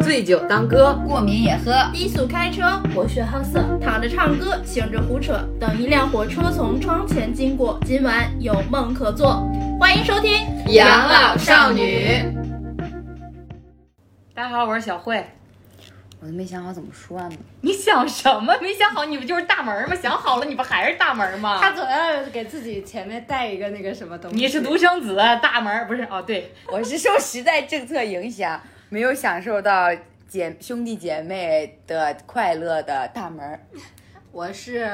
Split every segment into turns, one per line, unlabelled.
醉酒当歌，
过敏也喝。
低速开车，博学好色，躺着唱歌，醒着胡扯。等一辆火车从窗前经过，今晚有梦可做。欢迎收听《
养老少女》。大家好，我是小慧。
我都没想好怎么说呢。
你想什么？没想好，你不就是大门吗？想好了，你不还是大门吗？
他总要给自己前面带一个那个什么东西。
你是独生子，大门不是？哦，对，
我是受时代政策影响，没有享受到姐兄弟姐妹的快乐的大门 儿。
我是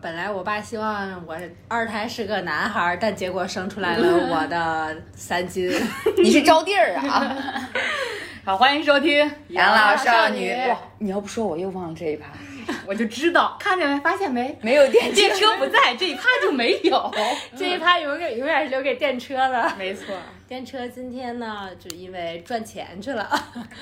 本来我爸希望我二胎是个男孩儿，但结果生出来了我的三金。
你是招弟儿啊，
好，欢迎收听《
养老少女
女》。
哇，你要不说我又忘了这一趴，
我就知道，看见没？发现没？
没有电
电车不在， 这一趴就没 有。
这一趴永远永远是留给电车的。
没错，
电车今天呢，就因为赚钱去了。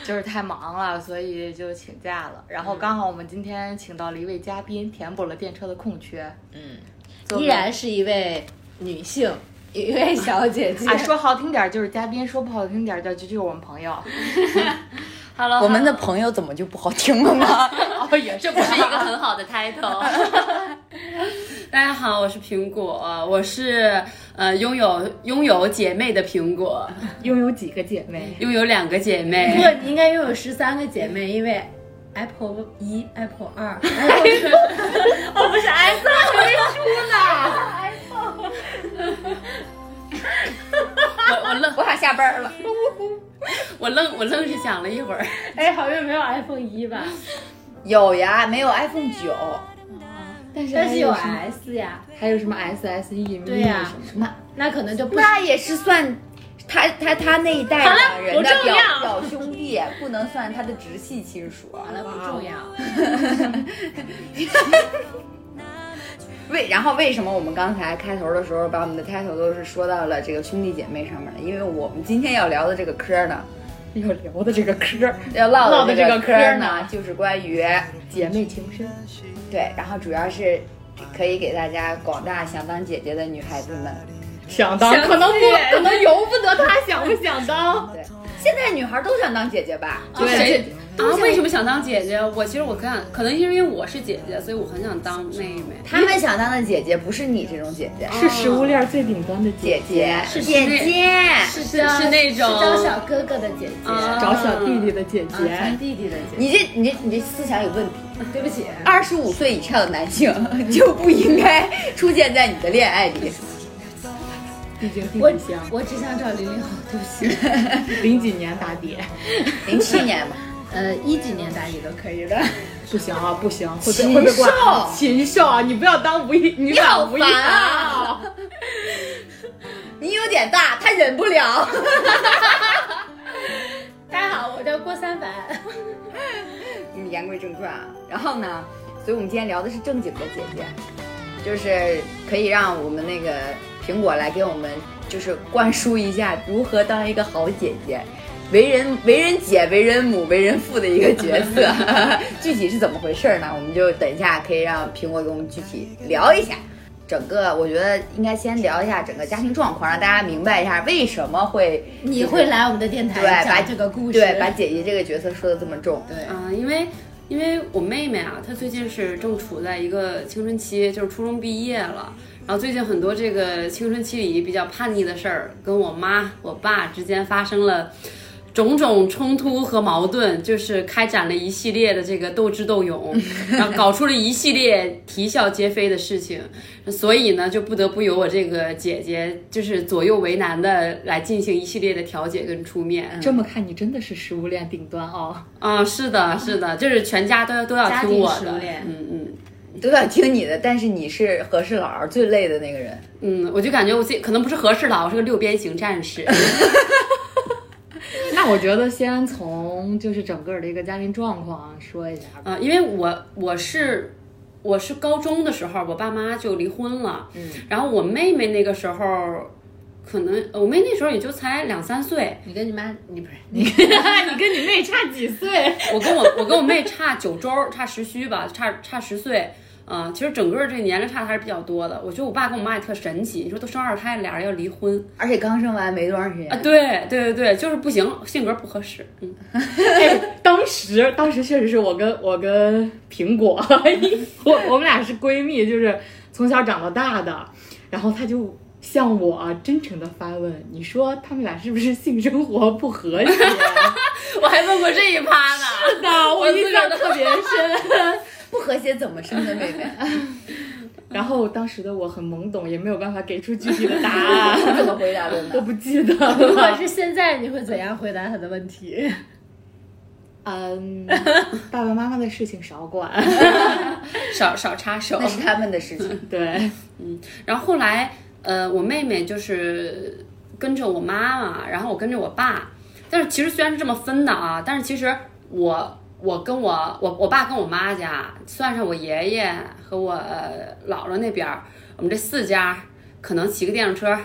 就是太忙了，所以就请假了。然后刚好我们今天请到了一位嘉宾，填补了电车的空缺。
嗯，
做个
依然是一位女性，一位小姐姐。
啊，说好听点儿就是嘉宾，说不好听点儿就就就是我们朋友。
Hello，
我们的朋友怎么就不好听了吗？
哦，也是
这不是一 个很好的 title。
大家好，我是苹果，我是呃拥有拥有姐妹的苹果，
拥有几个姐妹？
拥有两个姐
不过
妹，
你应该拥有十三个姐妹，因为 Apple 一、Apple 二、Apple
我不是 iPhone，
我我愣
我想下班了。
我愣我愣是想了一会儿，
哎，好像没有 iPhone 一吧？
有呀，没有 iPhone 九，
嗯但是啊
但是有
还什么
S 呀，
还有什么 SSE、mini
对呀
什么的？
那可能就不
那也是算。他他他那一代的人
不
的
重
表
要
表兄弟，不能算他的直系亲属。
好了，不重要。
为然后为什么我们刚才开头的时候把我们的 title 都是说到了这个兄弟姐妹上面呢？因为我们今天要聊的这个嗑呢，
要聊的这个嗑，
嗯
要唠的
唠的这个
嗑
嗑
呢
呢，
就是关于
姐妹情深。
对，然后主要是可以给大家广大想当姐姐的女孩子们，
想当可能不可能由不得他想不想 当。
对，现在女孩都想当姐姐吧？
谁啊？为什么想当姐姐？我其实我看，可能是因为我是姐姐，所以我很想当妹妹。
她们想当的姐姐不是你这种姐姐，
是食物链最顶端的
姐姐
是
姐
是
姐，
是
是是那种
是招小哥哥的姐姐，
啊
找小弟弟的姐
啊
姐，
弟弟的姐姐。
你这你这你这思想有问题。
啊对不起，
二十五岁以上的男性就不应该出现在你的恋爱 里。
毕竟弟
我
弟香，
我只想找零零后，对不起。
零几年打底，
零七年吧。
呃，一几年打底都可以的。
不行啊，不行，会
禽
被会被挂。
兽
禽兽啊，你不要当吴亦，你
你好
把吴亦
烦啊！ 你有点大，他忍不了。
大家好，我叫郭三凡。
我们言归正传啊，然后呢，所以我们今天聊的是正经的姐姐，就是可以让我们那个苹果来给我们就是灌输一下如何当一个好姐姐，为人为人姐、为人母、为人父的一个角色， 具体是怎么回事呢？我们就等一下可以让苹果给我们具体聊一下。整个我觉得应该先聊一下整个家庭状况，让大家明白一下为什么会
你会来我们的电台
对把
讲这个故事？
对把姐姐这个角色说的这么重，对
嗯，因为因为我妹妹啊，她最近是正处在一个青春期，就是初中毕业了。然后最近很多这个青春期里比较叛逆的事儿，跟我妈、我爸之间发生了种种冲突和矛盾，就是开展了一系列的这个斗智斗勇，然后搞出了一系列啼笑皆非的事情。所以呢，就不得不由我这个姐姐，就是左右为难的来进行一系列的调解跟出面。
这么看，你真的是食物链顶端哦。
啊、是的，是的，就是全家都都要
家
听
庭
我
食
的，
练
嗯嗯
都要听你的，但是你是和事佬儿最累的那个人。
嗯，我就感觉我自己可能不是合适了，我是个六边形 战士。
那我觉得先从就是整个的一个家庭状况说一下吧。
啊，因为我我是我是高中的时候，我爸妈就离婚了，嗯，然后我妹妹那个时候。可能呃我妹那时候也就才两三岁，
你跟你妈，你不是你
你跟你妹差几岁？
我跟我我跟我妹差九周，差时虚吧，差差十岁。啊、其实整个这年龄差的还是比较多的。我觉得我爸跟我妈也特神奇，你说都生二胎了，俩人要离婚
而且刚生完没多长时间
啊？对对对对，就是不行，性格不合适。嗯，
哎，当时当时确实是我跟我跟苹果， 我我们俩是闺蜜，就是从小长到大的。然后她就向我啊真诚的发问：“你说他们俩是不是性生活不和谐
我还问过这一趴呢。？”
那我印象特别深。
不和谐怎么生的妹妹？
然后当时的我很懵懂，也没有办法给出具体的答案，
怎么回答的
我
呢？
不记得
如果
了。
是现在，你会怎样回答他的问题？
嗯， 爸爸妈妈的事情少管。
少少插手
那。是他们的事情。
对，
然后后来，呃，我妹妹就是跟着我妈妈，然后我跟着我爸。但是其实虽然是这么分的啊，但是其实我我跟我我我爸跟我妈家，算上我爷爷和我呃姥姥那边儿，我们这四家可能骑个电动车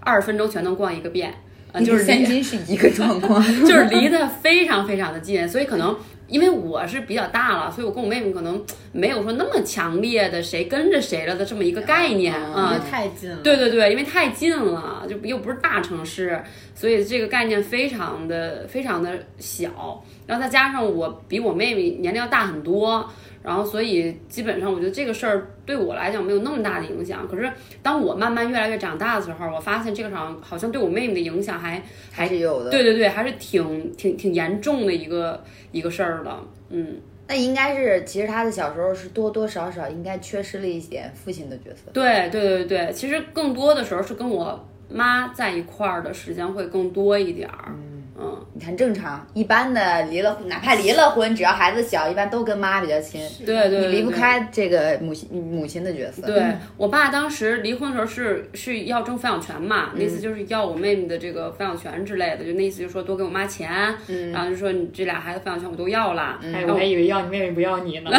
二十分钟全能逛一个遍，呃，就是离
三金是一个状况，
就是离得非常非常的近，所以可能因为我是比较大了，所以我跟我妹妹可能没有说那么强烈的谁跟着谁了的这么一个概念啊、
因为太近了。
对对对，因为太近了，就又不是大城市，所以这个概念非常的非常的小。然后再加上我比我妹妹年龄要大很多，然后所以基本上我觉得这个事儿对我来讲没有那么大的影响。可是当我慢慢越来越长大的时候，我发现这个好像好像对我妹妹的影响还
还是有的。
对对对，还是挺挺挺严重的一个一个事儿了。嗯，
那应该是，其实他的小时候是多多少少应该缺失了一点父亲的角色。
对对对对，其实更多的时候是跟我妈在一块儿的时间会更多一点儿。嗯，
你看，正常一般的离了，婚，哪怕离了婚，只要孩子小，一般都跟妈比较亲，
对对对
你离不
对
开嗯这个母亲母亲的角色。
对我爸当时离婚的时候是是要争抚养权嘛，那意
嗯
思就是要我妹妹的这个抚养权之类的，就那意思就是说多给我妈钱，
嗯
然后就说你这俩孩子抚养权我都要了，
哎，我还以为要你妹妹不要你 呢。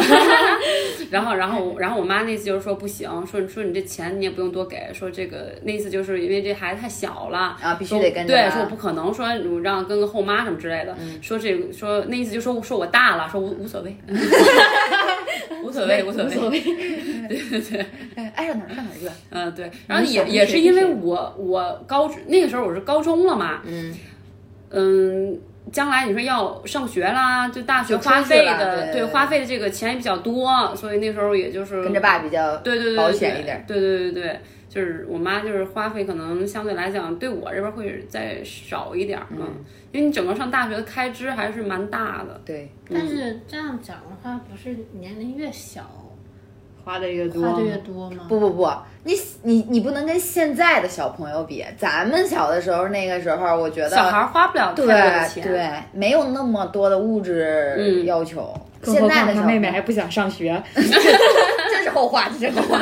然后，然
嗯
后，然后我妈那次就是说不行，说说你这钱你也不用多给，说这个那意思就是因为这孩子太小了
啊嗯必须
说
得跟着
对，
他
说我不可能说我让跟个后妈什么之类的，说这个说那意思就说说我大了，说无无 所谓，无所谓，无所谓，
哎，爱上哪儿上哪儿去吧。
嗯，对，然后
你
也
想
也
是
是因为
是
我我高中那个时候我是高中了嘛，
嗯
嗯，将来你说要上学啦，就大学
就出
花
去
费
了
的
对
对花费的这个钱也比较多，所以那时候也就是
跟着爸比较
对对对，
保
对
险一点儿。
对对对对对，就是我妈就是花费可能相对来讲对我这边会再少一点儿，嗯，因为你整个上大学的开支还是蛮大的。
对，
但
是这样讲的话，不是年龄越小
花的越多，
多吗？
不不不，你你你不能跟现在的小朋友比，咱们小的时候那个时候，我觉得
小孩儿花不了太多的
对
钱，
对，没有那么多的物质
嗯
要求。
更
现
何
在
况
的小朋
他妹
友
妹还不想上 学，
这是后话，这是后 话，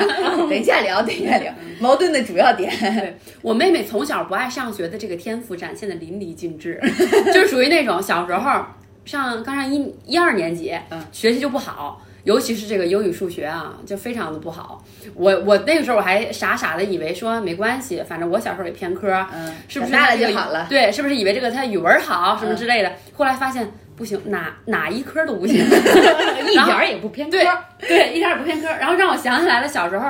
等一下聊，等一下聊。矛盾的主要点，
我妹妹从小不爱上学的这个天赋展现的淋漓 尽致， 就是属于那种小时候上刚上一一二年级，
嗯
学习就不好。尤其是这个英语、数学啊，就非常的不好。我我那个时候我还傻傻的以为说没关系，反正我小时候也偏科，
嗯，
是不是
长大
他
了
这
就
个
好了？嗯
对，是不是以为这个他语文好什么之类的？后来发现不行，哪哪一科都不 行，
一点儿也不偏科。
对对，一点儿也不偏科。然后让我想起来了，小时候。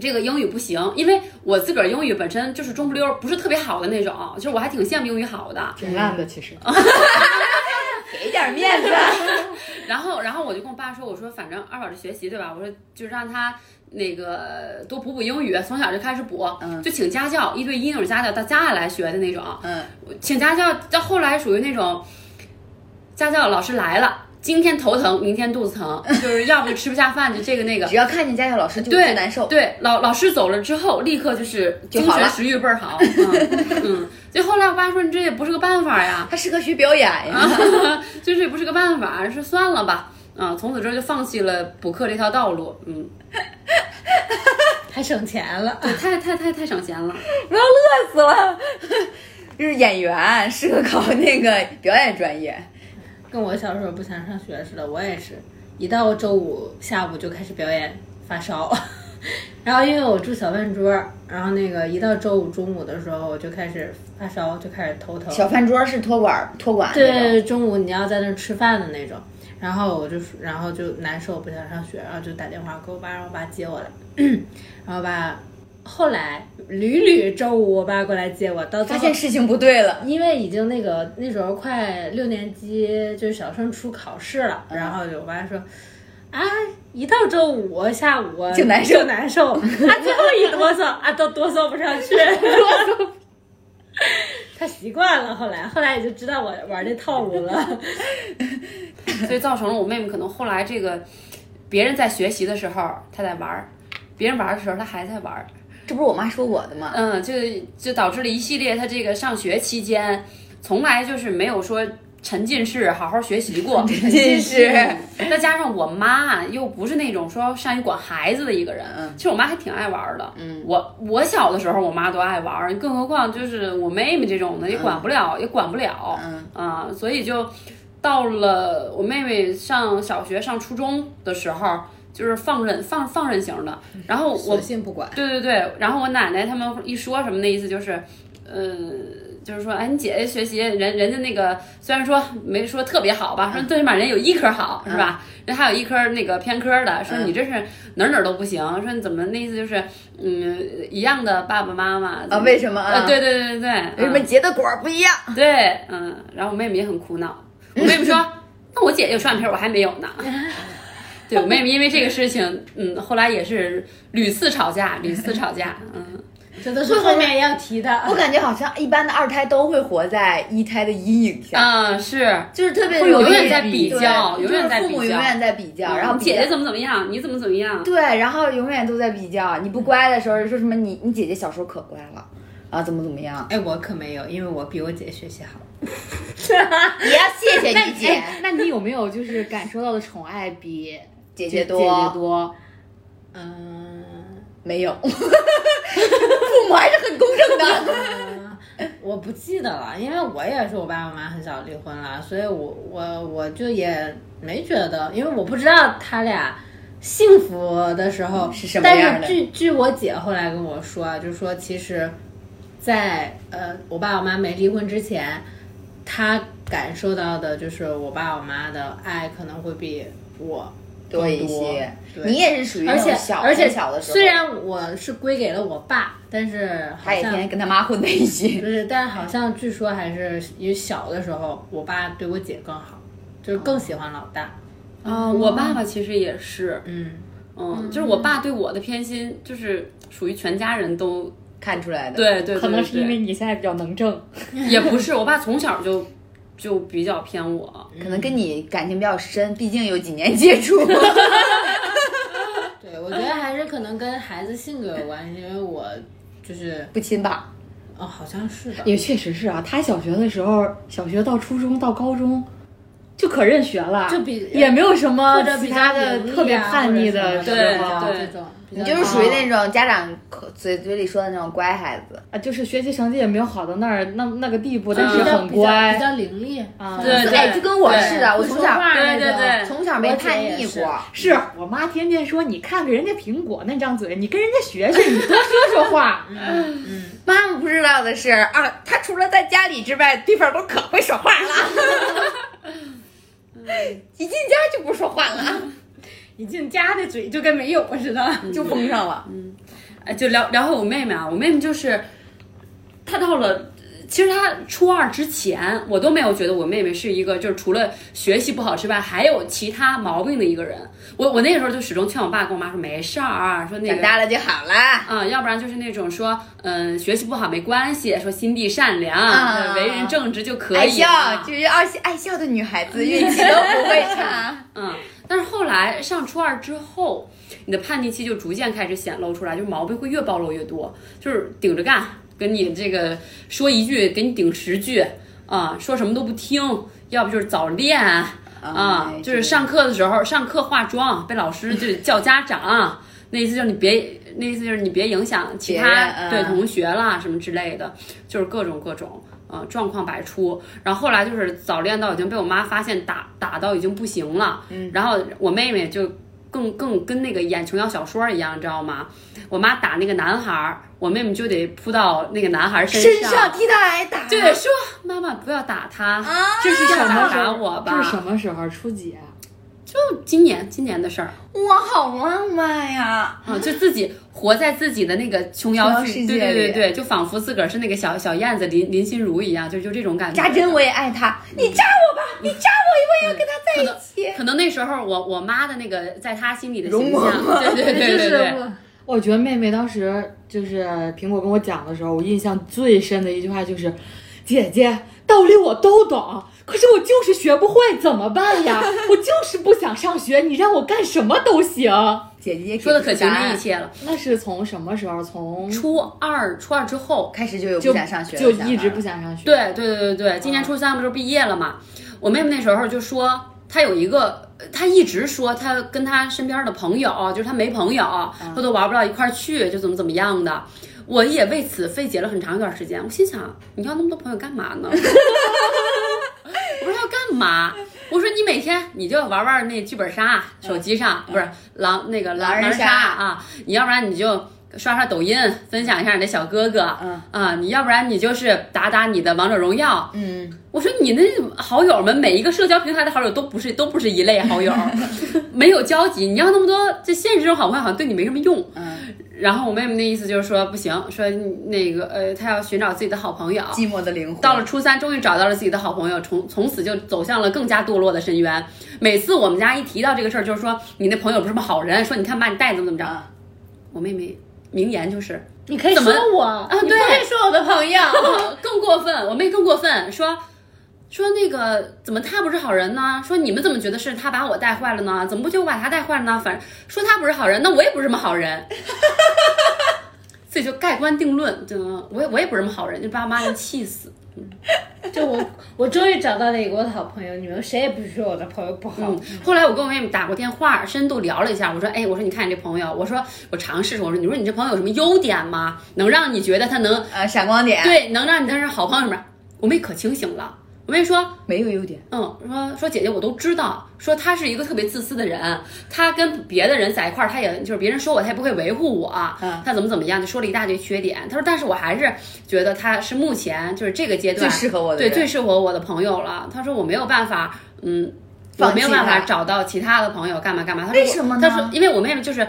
这个英语不行，因为我自个儿英语本身就是中不溜儿，不是特别好的那种，就是我还挺羡慕英语好的。
挺烂的，其实。
给点面子。
然后，然后我就跟我爸说，我说反正二宝这学习对吧？我说就让他那个多补补英语，从小就开始补，
嗯
就请家教，一对一那种家教，到家里来学的那种。
嗯，
请家教，到后来属于那种家教老师来了，今天头疼，明天肚子疼，就是要不就吃不下饭，就这个那个
只。要看见家教老师就就
对，
难受。
对，老老师走了之后，立刻就是
就
精
好了
神食欲倍 儿好。嗯嗯，就后来我爸说你这也不是个办法呀，
他适合学表演呀，
啊就这也不是个办法，说算了吧。啊，从此之后就放弃了补课这条道路。嗯，
还省钱了。
对，太太太太省钱了。
死了。就是演员适合考那个表演专业，
跟我小时候不想上学似的，我也是一到周五下午就开始表演发 烧，然后因为我住小饭桌，然后那个一到周五中午的时候我就开始发烧，就开始头疼。
小饭桌是托管托管那种
对，中午你要在那儿吃饭的那种。然后我就然后就难受，不想上学，然后就打电话给我爸，让我爸接我来， 然后我爸后来屡屡周五我爸过来接我，到最
发
后
现事情不对了，
因为已经那个那时候快六年级，就是小升初考试了，然后我爸说。啊！一到周五下午
就难受
就难受，啊，最后一哆 嗦啊，都哆嗦不上 去，他习惯了。后来，后来也就知道我玩这套路 了。
所以造成了我妹妹可能后来这个，别人在学习的时候她在玩儿，别人玩儿的时候她还在玩儿，
这不是我妈说我的吗？
嗯，就就导致了一系列她这个上学期间从来就是没有说沉浸式好好学习过，
真是，
再加上我妈啊又不是那种说善于管孩子的一个人，其实我妈还挺爱玩儿的。嗯，我我小的时候，我妈都爱玩儿，更何况就是我妹妹这种的也管不了，也管不了。嗯啊，所以就到了我妹妹上小学、上初中的时候，就是放任放放任型的。然后我
索性不管，
对对对，然后我奶奶他们一说什么的意思就是，呃，就是说，哎，你姐姐学习，人人家那个虽然说没说特别好吧，说
嗯
最起码人有一科好是吧？人还有一科那个偏科的，说
嗯
你这是哪儿哪儿都不行，说你怎么那意思就是，嗯，一样的爸爸妈妈
啊，为什么啊？
呃，对对对对对，
为什么结的果儿不一样？
嗯对，嗯，然后我妹妹也很苦恼，我妹妹说，那我姐姐有双眼皮儿，我还没有 呢。对我妹妹因为这个事情，嗯，后来也是屡次吵架，屡次吵架，嗯。
这都是后面要提的。
我感觉好像一般的二胎都会活在一胎的阴影下，
啊、是，
就是特别
会
容易
永远在比较
对
永远在
就是父母
比较
永远在比较，
嗯
然后比
啊姐
较
姐怎么怎么样，你怎么怎么样，
对，然后永远都在比较。你不乖的时候说什么你你姐姐小时候可乖了啊，怎么怎么样？
哎，我可没有，因为我比我姐学习好。
也要谢谢你 姐
哎， 那你有没有就是感受到的宠爱比
姐
姐
姐多，
姐多？
嗯，
没有，父母还是很公正 的。
我不记得了，因为我也是我爸爸妈妈很早离婚了，所以我我我就也没觉得，因为我不知道他俩幸福的时候
嗯是什么样
但
的
是据据我姐后来跟我说，就是说其实在，呃我爸我妈没离婚之前，她感受到的就是我爸我妈的爱可能会比我
多一
更多
些，
对
你也是属于那
而且
种小
而且
很小的时候，
虽然我是归给了我爸，但是好
他也天
像
天跟他妈混在一起
不，是，但好像据说还是因为小的时候，我爸对我姐更好，就是更喜欢老大。
啊、我爸爸其实也是，
嗯，
嗯，就是我爸对我的偏心，就是属于全家人都
看出来的。
对对，对
可能是
对
因为你现在比较能挣，
也不是，我爸从小就就比较偏我，
可能跟你感情比较深，毕竟有几年接 触。
对，我觉得还是可能跟孩子性格有关系，因为我就是
不亲吧？
哦，好像是的。
也确实是啊。他小学的时候，小学到初中到高中，就可任学了，
就比
也没有什么
或者
其
比
他
较
的
严厉啊
特别叛逆
或
的
者
时
什么
候，
对
啊
对
这种，比
你
较
就是属于那种家长口嘴嘴里说的那种乖孩子，
啊，就是学习成绩也没有好到那儿那那个地步，但
嗯
是
比较
很
比较比
乖。
较伶俐啊
对对
哎，就跟我似的，我从小
对对对
从小没叛逆过，
是我妈天天说，你看看人家苹果那张嘴，你跟人家学学，你多说说 话。
妈妈不知道的是啊，她除了在家里之外，地方都可会说话了。 一进家就不说话了，
一进家的嘴就跟没有似的。
就封上了。
哎，就聊聊回我妹妹啊，我妹妹就是她到了。其实她初二之前，我都没有觉得我妹妹是一个就是除了学习不好之外还有其他毛病的一个人。我我那个时候就始终劝我爸跟我妈说没事儿啊，说那
长
个
大了就好啦。
啊、要不然就是那种说，嗯、学习不好没关系，说心地善良，
啊哎
为人正直就可
爱
以
笑
啊了。
就是爱笑爱笑的女孩子，运气都不会差。
嗯，但是后来上初二之后，你的叛逆期就逐渐开始显露出来，就是毛病会越暴露越多，就是顶着干，跟你这个说一句给你顶十句啊、说什么都不听，要不就是早恋啊、
哎
就是上课的时候上课化妆被老师就叫 家长，那意思就是你别。那意思就是你别影响其
别
他
人嗯
对同学啦什么之类的，就是各种各种呃状况百出。然后后来就是早恋到已经被我妈发现打打到已经不行了，
嗯
然后我妹妹就更更跟那个演琼瑶小说一样，你知道吗？我妈打那个男孩儿，我妹妹就得扑到那个男孩儿身
身上替他挨打，
就得说妈妈不要打他，
啊
这是
什么时
打
候？
我吧？
这是什么时候？初几啊？
就今年今年的事儿
哇，好浪漫呀！
啊，就自己活在自己的那个琼瑶
世
剧，
界
对对
里
对对，就仿佛自个儿是那个小小燕子林林心如一样，就就这种感觉。
扎针我也爱他，
嗯
你扎我吧，你扎我，我也要跟他在一起。
可能那时候我我妈的那个在她心里的
容
形
嬷
象，对对 对对对，
我觉得妹妹当时就是苹果跟我讲的时候，我印象最深的一句话就是：“姐姐，道理我都懂，可是我就是学不会，怎么办呀？我就是不想上学，你让我干什么都行。
姐姐也
说的可
给出
淋
答
漓
案
一切了。”
那是从什么时候？
嗯
从
初二初二之后，
开始就有
就
不想上学的
就
想
一
法
直
了
不想上学。
对对对对对，今年初三不是毕业了嘛？我妹妹那时候就说，她有一个，她一直说她跟她身边的朋友，就是她没朋友，
啊
她都玩不到一块儿去，就怎么怎么样的。我也为此费解了很长一段时间，我心想，你要那么多朋友干嘛 呢？我说要干嘛？我说你每天你就玩玩那剧本杀，手机上不是狼那个
嗯狼人
人
杀
啊，你要不然你就刷刷抖音，分享一下你的小哥哥，
嗯
啊，你要不然你就是打打你的王者荣耀。
嗯，
我说你那好友们，每一个社交平台的好友都不是都不是一类 好友，没有交集。你要那么多，这现实中好朋友好像对你没什么用。
嗯，
然后我妹妹那意思就是说不行，说那个呃，她要寻找自己的好朋友。
寂寞的灵魂
到了初三，终于找到了自己的好朋友，从从此就走向了更加堕落的深渊。每次我们家一提到这个事儿，就是说你那朋友不是什么好人，说你看把你带怎么怎么着。
啊，
我妹妹名言就是
你可以
怎
说
么
我
啊
你不
对
可以说我的朋友。
更过分，我妹更过分，说说那个怎么他不是好人呢？说你们怎么觉得是他把我带坏了呢？怎么不就我把他带坏了呢？反正说他不是好人，那我也不是什么好人。 所以就盖棺定论，就我也我也不是什么好人，就把我妈就气死。
就我，我终于找到了一个我的好朋友，你们谁也不许说我的朋友不好。
嗯，后来我跟我妹妹打过电话，深度聊了一下。我说，哎，我说你看你这朋友，我说我尝试，我说你说你这朋友有什么优点吗？能让你觉得他能
呃，闪光
哎
点，，
对，能让你他是好朋友什么？我妹可清醒了，我妹说
没有优点，
嗯，说说姐姐，我都知道，说他是一个特别自私的人，他跟别的人在一块儿，他也就是别人说我，他也不会维护我，
嗯
他怎么怎么样，就说了一大堆缺点。他说，但是我还是觉得他是目前就是这个阶
最
段
适合我的
对
人，
最适合我的朋友了。他说我没有办法，嗯，
放
我没有
弃
办法
他
找到其他的朋友干嘛干嘛。他说
为
我
什么呢
他说因为我妹妹就是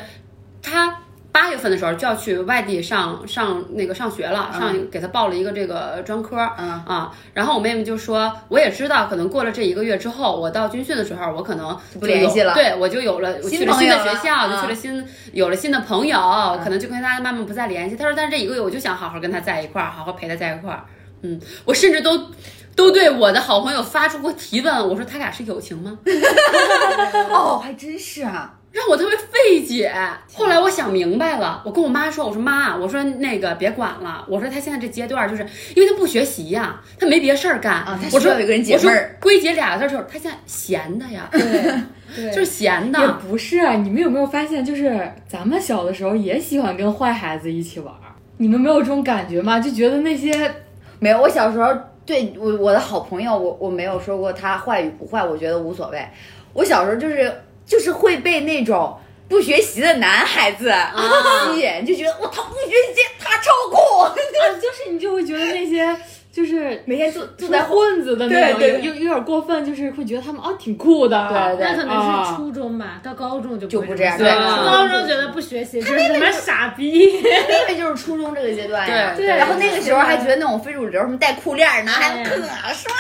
她。八月份的时候就要去外地上上那个上学了，上给她报了一个这个专科，
嗯
啊，然后我妹妹就说，我也知道，可能过了这一个月之后，我到军训的时候，我可能
不
就有
联系了
对我就有了，我
新
去了
朋
新
友
的学
了
校，就
嗯
去了新有了新的朋友，可能就跟她慢慢不再联系。她说，但是这一个月我就想好好跟她在一块儿，好好陪她在一块儿。嗯，我甚至都都对我的好朋友发出过提问，我说他俩是友情吗？
哦，还真是啊，
让我特别费解。后来我想明白了，我跟我妈说，我说妈，我说那个别管了，我说他现在这阶段就是因为他不学习呀、他没别事儿干。
啊他
我
需
说
要有个人解
我说
闷儿
归结俩字儿就是他现在闲的呀，
对
就是闲
也
的。
不是啊，你们有没有发现，就是咱们小的时候也喜欢跟坏孩子一起玩儿，你们没有这种感觉吗？就觉得那些
没有，我小时候对我我的好朋友，我我没有说过他坏与不坏，我觉得无所谓，我小时候就是就是会被那种。不学习的男孩子
啊
吸引，就觉得哇，他不学习，他超酷，
啊，就是你就会觉得那 些就是
每 天坐坐
住
在
在混子的那种，
对
有
对
有有点过分，就是会觉得他们哦挺酷的，
对
那可能是
啊
初中吧，到高中就
就
会
不
么
这样
想
对
了
啊
高中觉得不学习就是你们傻逼。
因为就是初中这个阶段呀，
对对
然后那个时候还觉得那种非主流，什么带裤链儿，男孩子可帅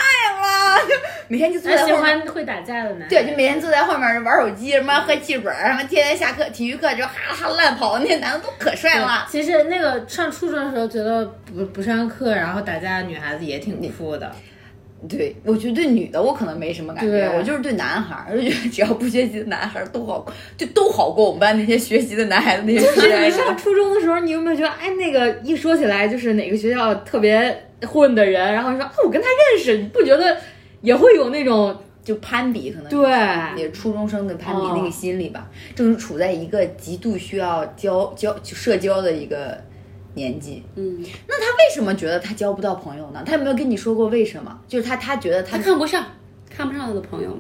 了， 就每天就坐
他
在
哎喜
后面，
欢会打架的男孩，
对，就每天坐在后面玩手机，什么喝汽水儿，什么天天下课体育课就哈哈乱跑，那男的都可帅了。
其实那个上初中的时候，觉得不不上课然后打架的女孩子也挺酷的。
对，我觉得对女的我可能没什么感觉，
对
我就是对男孩儿，我就觉得只要不学习的男孩儿都好，就都好过我们班那些学习的男孩子那些
就是
学
你
习
上初中的时候，你有没有觉得，哎，那个一说起来就是哪个学校特别混的人，然后说，啊，我跟他认识，你不觉得也会有那种
就攀比可能。
对
也初中生的攀比
哦
那个心理吧，正是处在一个极度需要交交社交的一个年纪。
嗯，
那他为什么觉得他交不到朋友呢？他有没有跟你说过为什么？就是他他觉得他
他看不上，看不上他的朋友们，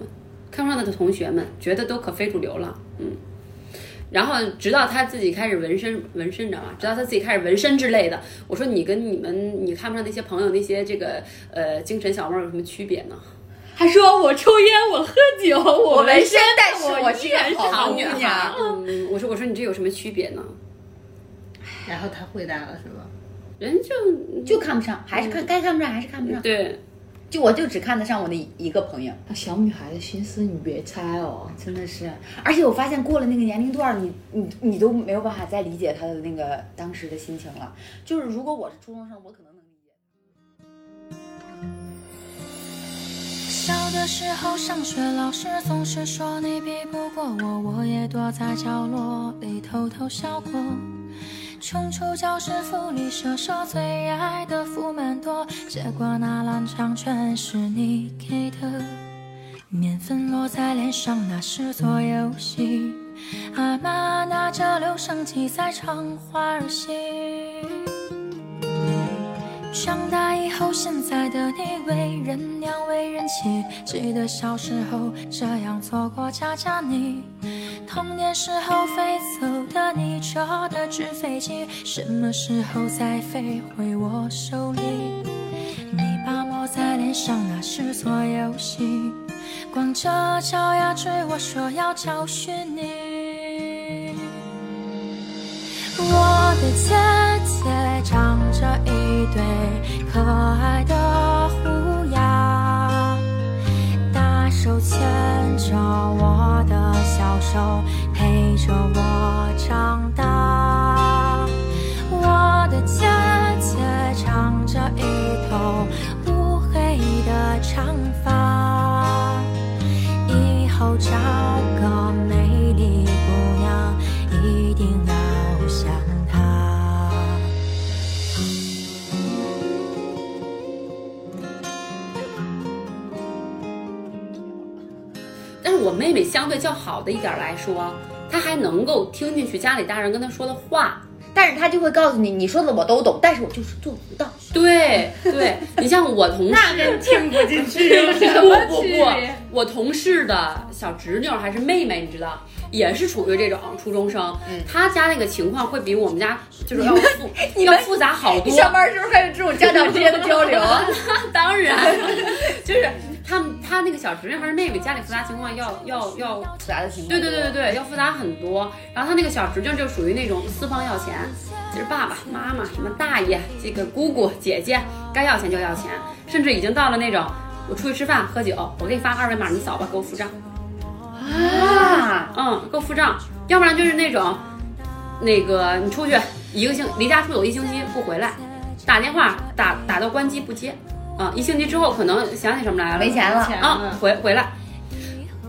看不上他的同学们，觉得都可非主流了。嗯。然后直到他自己开始纹身，纹身你知道吗？直到他自己开始纹身之类的，我说你跟你们你看不上那些朋友那些这个呃精神小妹儿有什么区别呢？
还说我抽烟，我喝酒，我
纹
纹
身，但是
我
我是
依然
个
是
好
好
姑
女
娘
孩。
嗯，我说我说你这有什么区别呢？
然后他回答了是吗？
人就
就看不上，还是看该看不上还是看不上。
对，
就我就只看得上我那一个朋友，
啊
小女孩的心思你别猜哦，
真的是。而且我发现过了那个年龄段儿，你你你都没有办法再理解他的那个当时的心情了。就是如果我是初中生，我可能能理解。
小的时候上学，老师总是说你比不过我，我也躲在角落里偷偷笑过。冲出教室，福利社社最爱的福满多，结果那烂账全是你给的。面粉落在脸上，那是做游戏。阿妈拿着留声机在唱花儿戏。长大以后，现在的你为人娘为人妻，记得小时候这样做过家家你。童年时候飞走的你，折的纸飞机，什么时候再飞回我手里？你把抹在脸上，那是做游戏，光着脚丫追我说要教训你。我的姐姐长着一对可爱的虎牙，大手牵着我的小手，陪着我长大。我的姐姐长着一头乌黑的长发。以后找个美丽姑娘，一定要像她。
但是我妹妹相对较好的一点来说，她还能够听进去家里大人跟她说的话。
但是他就会告诉你，你说的我都懂，但是我就是做不到。
对对，你像我同事，那跟听不进去 不不不，我同事的小侄女儿还是妹妹，你知道，也是处于这种初中生，她家那个情况会比我们家就是 要复要复杂好多。
班时候还有这种家长之间的交 流？
当 然，就是他们他那个小侄女还是妹妹，家里复杂情况要要要
复杂的情况。
对对对对对，要复杂很多。然后他那个小侄女就属于那种私房要钱，就是爸爸妈妈什么大爷、这个姑姑姐姐，该要钱就要钱，甚至已经到了那种我出去吃饭喝酒，我给你发个二维码，你扫吧，给我付账。
啊，
嗯，给我付账，要不然就是那种，那个你出去一个星离家出走一星期不回来，打电话打打到关机不接，啊、一星期之后可能想起什么来了，
没钱了。
钱
啊，
了，
回回来，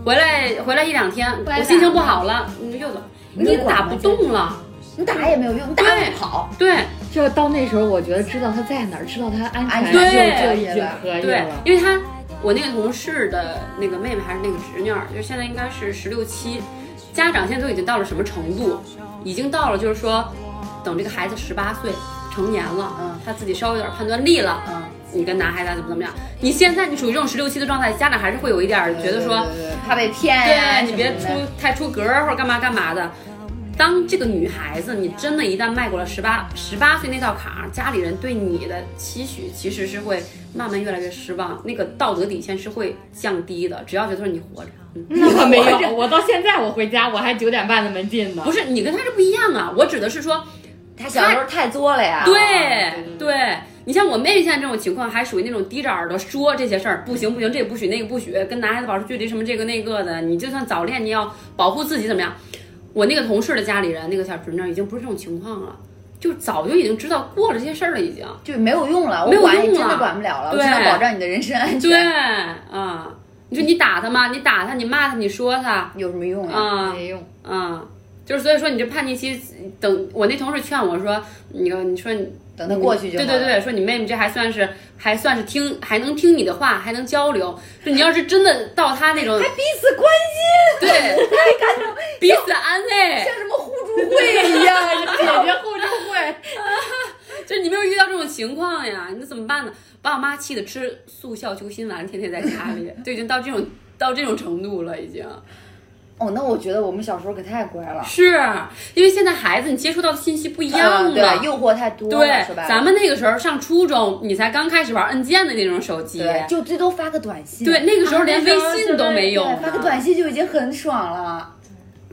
回来回来一两天，我心情不好了，你又走，
你
你
管
打
吗
不动了，
你打也没有用，你打不跑。
对
这到那时候，我觉得知道她在哪儿，知道她安
安全
全就
对
就已经可以
对
了，。
因为他我那个同事的那个妹妹还是那个侄女儿，就是现在应该是十六七，家长现在都已经到了什么程度？已经到了就是说，等这个孩子十八岁成年了，
嗯
他自己稍微有点判断力了，
嗯，
你跟男孩子怎么怎么样？你现在你处于这种十六七的状态，家长还是会有一点儿觉得说。
怕被骗啊呀、
对你别出太出格儿或者干嘛干嘛的。当这个女孩子，你真的一旦迈过了十八十八岁那道坎儿，家里人对你的期许其实是会慢慢越来越失望，那个道德底线是会降低的。只要觉得说你活着，嗯，
那可没有，我到现在我回家我还九点半的门禁呢
不。是你跟他是不一样啊。我指的是说，
他小时候太作了呀。
哦对对，你像我妹妹现在这种情况，还属于那种低着耳朵说这些事儿，不行不行，这也不许那个不许，跟男孩子保持距离什么这个那个的，你就算早恋，你也要保护自己怎么样？我那个同事的家里人，那个小侄女儿已经不是这种情况了，就早就已经知道过了这些事儿了，已经。
就没有用了，我
没有
管
用
你真的
了
管不了了，我
对
只能保障你的人身安全。
对啊，你说你打他吗？你打他，你骂他，你说他
有什么用呀？
啊
没用，
啊，就是所以说你这叛逆期，等我那同事劝我说，你你说你
等他过去就好
对
了
对对，说你妹妹这还算是还算是听，还能听你的话，还能交流。说你要是真的到她那种，
彼此关心，
对，彼此安慰。
像什么互助会一样。
姐姐互助会，
就是你没有遇到这种情况呀，你怎么办呢？把我妈气得吃 速效救心丸，天天在家里，都已经到这种到这种程度了，已经。
哦，那我觉得我们小时候可太乖了，
是因为现在孩子你接触到的信息不一样
嗯
了，
对，诱惑太多了，
对
说白，了
咱们那个时候上初中，你才刚开始玩按键的那种手机，
对，啊就最多发个短信，
对，那个时候连
那时
微
候
信都没有
对，发个短信就已经很爽了，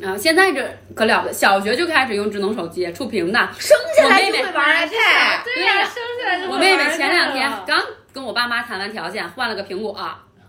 啊！现在这可了不得，小学就开始用智能手机，触屏的。
生下来就
我妹妹
会玩 iPad，
对呀、生下来就
我妹妹前两天刚跟我爸妈谈完条件，换了个苹果，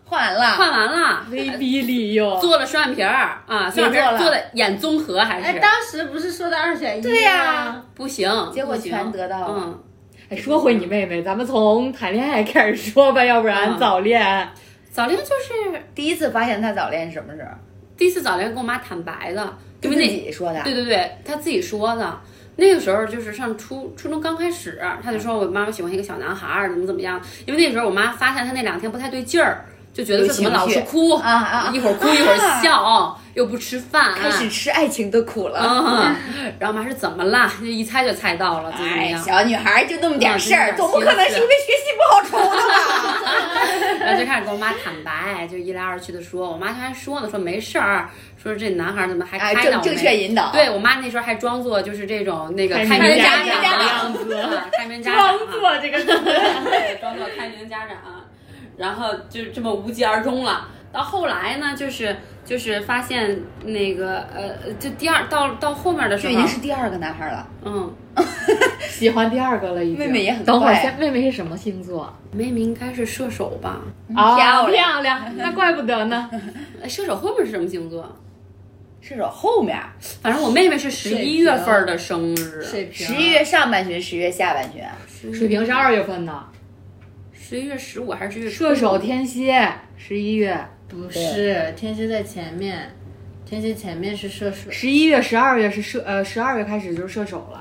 换了，
换完了，
威逼利诱，
做了双眼皮儿啊，双眼皮
也做
儿
了
做的眼综合还
哎，
是
当时不是说的二选一吗？
对呀
不行，
结果
不行
全得到了
嗯，
哎，说回你妹妹，咱们从谈恋爱开始说吧，要不然
嗯
早恋。
早恋就是
第一次发现他早恋是什么时候？
第一次早恋跟我妈坦白的，因
跟
为
自
那
己说的，
对对对，他自己说的。那个时候就是上初初中刚开始，他就说我妈妈喜欢一个小男孩儿，怎么怎么样。因为那个时候我妈发现他那两天不太对劲儿，就觉得
有
说怎么
情
老
绪
是哭
啊啊
一会儿哭一会儿笑，又不吃饭。
开始吃爱情的苦了。
啊、然后我妈说怎么了？就一猜就猜到了，怎么怎么
哎，
样？
小女孩就那么点事
啊
儿，
真
总
的
不可能嗯是因为学习不好抽的吧？
然后就开始跟我妈坦白，就一来二去的说。我妈还说呢，说没事儿，说这男孩儿怎么还
哎，
开
正
导
正
没
确引导。
对我妈那时候还装作就是这种那个
开
开
明
明
家
长
长
的
的
样子，啊开明家长啊
装作这个词，
装作开明家长，然后就这么无疾而终了。到后来呢，就是就是发现那个呃，就第二到到后面的
就
时候
已，经是第二个男孩了。
嗯，
喜欢第二个了已经。
妹妹也很
等会儿
快
先，妹妹是什么星座？
妹妹应该是射手吧？
啊
漂亮
漂亮，那怪不得呢。
哎射手后面是什么星座？啊
射手后面，
反正我妹妹是十
水
一
瓶
月份儿的生日，
水瓶
十一月上半旬，十月下半旬，
水瓶是二月份的，
十一月十五还是十一月初
射手、天蝎，十一月，
不是天蝎在前面，天蝎前面是射手，
十一月、十二月是射呃，十二月开始就是射手了。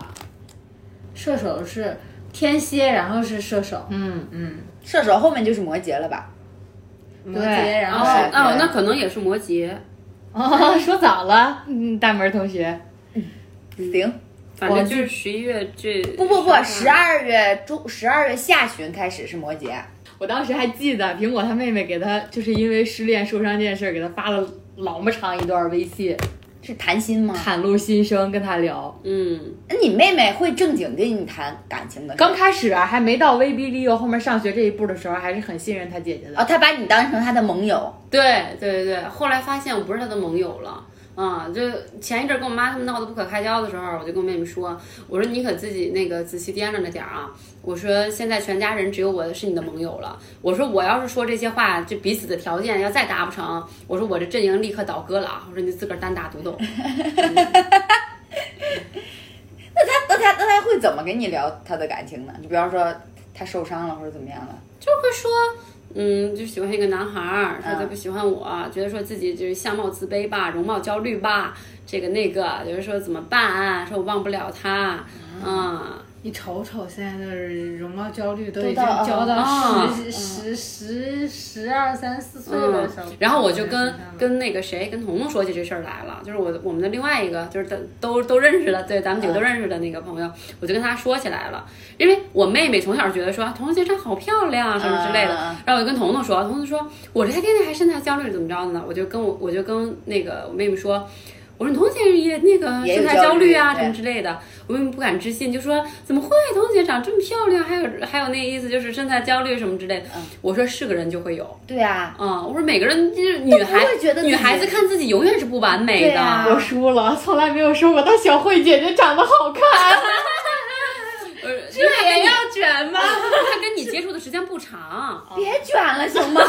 射手是天蝎，然后是射手，
嗯，
嗯，
射手后面就是摩羯了吧？
摩
对
羯，然
哦
后
哎
哦，
对
那可能也是摩羯，
哦，说早了， 嗯，大门同学，
行，
反正就是十一月这
不不不，十二月中，十二月下旬开始是摩羯，
我当时还记得苹果他妹妹给他，就是因为失恋受伤这件事儿，给他发了老么长一段微信，
是谈心吗？
袒露心声，跟他聊。
嗯，
那你妹妹会正经跟你谈感情的事儿？
刚开始啊，还没到威逼利诱，后面上学这一步的时候，还是很信任他姐姐
哦，
的。
她把你当成她的盟友，
对对对，后来发现我不是他的盟友了。啊、就前一阵跟我妈他们闹得不可开交的时候，我就跟我妹妹说：“我说你可自己那个仔细掂量着点儿啊！我说现在全家人只有我是你的盟友了。我说我要是说这些话，这彼此的条件要再达不成，我说我这阵营立刻倒戈了啊！我说你自个儿单打独斗。
那她那她会怎么跟你聊她的感情呢？你比方说她受伤了或者怎么样了？
就会说，嗯，就喜欢一个男孩儿，说他不喜欢我，觉得说自己就是相貌自卑吧，容貌焦虑吧，这个那个，就是说怎么办、啊说我忘不了他，嗯，
你瞅瞅现在的容貌焦虑都已经
都到
焦到嗯
啊
十十十十二三四岁了，
嗯
小朋友
然后我就
在
跟
身上了
跟那个谁，跟彤彤说起这事儿来了，就是我的我们的另外一个，就是都都都认识的，对，咱们
嗯
几个都认识的那个朋友，我就跟他说起来了，因为我妹妹从小觉得说啊彤彤先生好漂亮啊什么之类的，
嗯嗯嗯
然后我就跟彤彤说，彤彤说我这还天天还身材焦虑怎么着的呢，我就跟我我就跟那个我妹妹说。我说你彤姐也那个
也有
身材
焦
焦
虑
虑啊，
对
什么之类的，我妹妹不敢置信，就说怎么会？彤姐长这么漂亮，还有还有那意思就是身材焦虑什么之类的。
嗯
我说是个人就会有，
对啊，
嗯，我说每个人就是女孩
都不会觉得自己
女孩子看自己永远是不完美
对
的。
啊
我输了，从来没有说过她小慧姐姐长得好看。
这也要卷吗？
啊
她跟你接触的时间不长，
别卷了行 吗？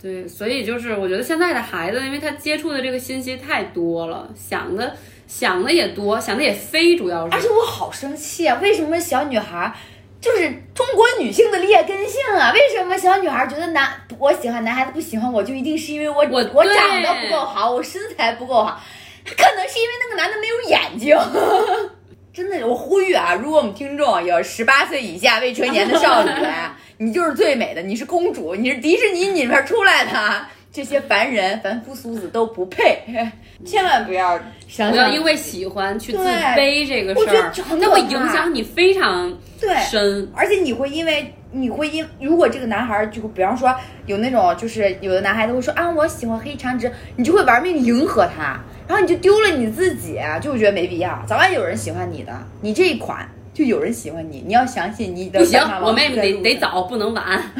对，所以就是我觉得现在的孩子，因为他接触的这个信息太多了，想的想的也多，想的也飞，主要
而且
是。
我好生气啊！为什么小女孩儿就是中国女性的劣根性啊？为什么小女孩儿觉得男我喜欢男孩子不喜欢我，就一定是因为我我
我对
长得不够好，我身材不够好？可能是因为那个男的没有眼睛。 真的，我呼吁啊！如果我们听众有十八岁以下未成年的少女，啊你就是最美的，你是公主，你是迪士尼里面出来的，啊这些凡人、凡夫俗子都不配，千万不要
想
不要
想
因为喜欢去自
对
卑这个
我
事
觉得
儿
这很，
那
可
会
怕
影响你非常
对
深。
而且你会因为你会因如果这个男孩儿就比方说有那种就是有的男孩子会说啊我喜欢黑长直，你就会玩命迎合他，然后你就丢了你自己，就我觉得没必要，早晚有人喜欢你的，你这一款就有人喜欢你，你要相信你的
不行
白马，王
我
子
妹妹
在
得
路
得
上
早，不能晚。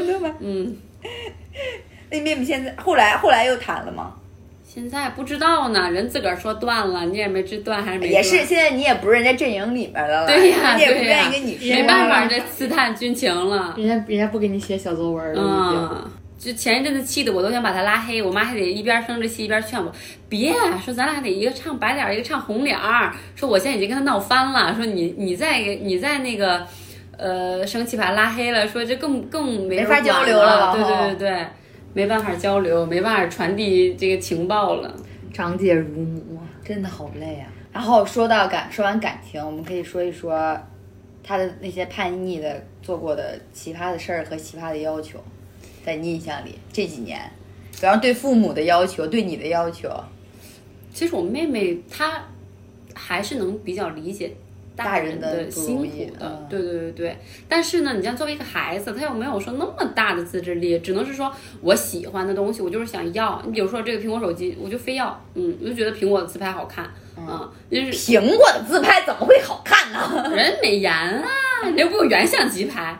对吧？
嗯，
那你妹妹现在后来后来又谈了吗？
现在不知道呢，人自个儿说断了，你也没知断还是没断。
也是，现在你也不是人家阵营里面的了，
对呀
人家也不
对
愿
呀
意 跟你说，
没办法，这刺探军情了。
人家人家不给你写小作文了，已经。
嗯，就前一阵子气的我都想把他拉黑，我妈还得一边生着气一边劝我，别啊说咱俩还得一个唱白脸儿，一个唱红脸儿，说我现在已经跟他闹翻了，说你你再你再那个，呃，生气把他拉黑了，说这更更没
没
人
法
管
交流了
了，对
哈
对对对，没办法交流，没办法传递这个情报了。
长姐如母啊，
真的好累啊。然后说到感，说完感情，我们可以说一说他的那些叛逆的做过的奇葩的事儿和奇葩的要求，在你印象里这几年，比方对父母的要求，对你的要求，
其实我妹妹她还是能比较理解
大
大
人
人
的
的
不
辛
容
苦
易嗯
的，对对对对。但是呢，你像作为一个孩子，他又没有说那么大的自制力，只能是说我喜欢的东西，我就是想要。你比如说这个苹果手机，我就非要，嗯，我就觉得苹果的自拍好看，
嗯
啊，就是
苹果的自拍怎么会好看 呢？
人美颜啊，人家不用原相机拍。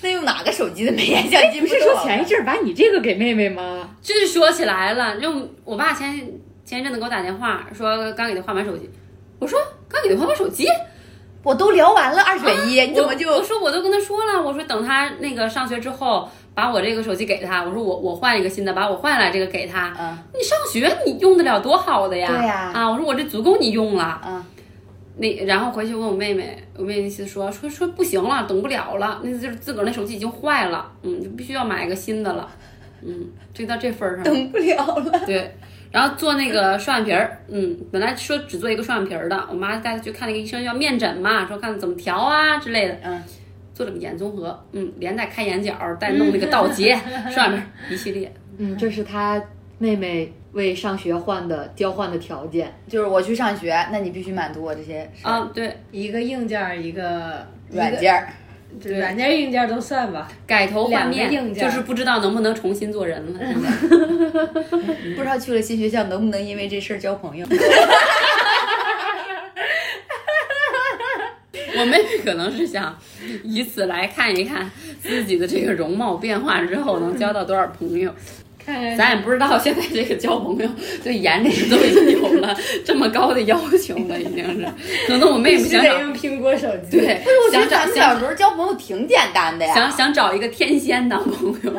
那用哪个手机的美颜相机
不
不
是
都
说
好
前一
看
阵儿把你这个给妹妹吗？
就是说起来了，就我爸前前一阵子给我打电话说刚给他换完手机，我说刚给他换完手机，
我都聊完了二选一，你怎么就
我说我都跟他说了，我说等他那个上学之后，把我这个手机给他，我说我我换一个新的，把我换来这个给他。
嗯
你上学你用得了多好的呀？
对呀
呀、啊，我说我这足够你用了。
嗯
那然后回去问我妹妹，我妹妹意思说说说不行了，懂不了了，那就是自个儿那手机已经坏了，嗯，就必须要买一个新的了，嗯，这到这份儿上了。
等不了 了？
对，然后做那个双眼皮儿，嗯，本来说只做一个双眼皮儿的，我妈带她去看那个医生，要面诊嘛，说看怎么调啊之类的，
嗯，
做了个眼综合，嗯，连带开眼角，带弄那个倒 睫，双眼皮儿一系列，
嗯，这是她妹妹为上学换的交换的条件。
就是我去上学，那你必须满足我这些事儿
啊，对，
一个硬件儿一个
软件，儿。
一个软件儿硬件儿都算吧。
改头
两
换
个硬
面，
件
就是不知道能不能重新做人了。现在
不知道去了新学校能不能因为这事儿交 朋友。
我妹妹可能是想以此来看一看自己的这个容貌变化之后能交到多少朋友。
嗯看
咱也不知道现在这个交朋友对颜值都已经有了这么高的要求了，已经是。可能我妹妹
必须
想
得
找
用苹果手机。哎
对
但是我，觉得
想
咱
找
们小
想
时候交朋友挺简单的呀。
啊
想想找一个天仙当朋友，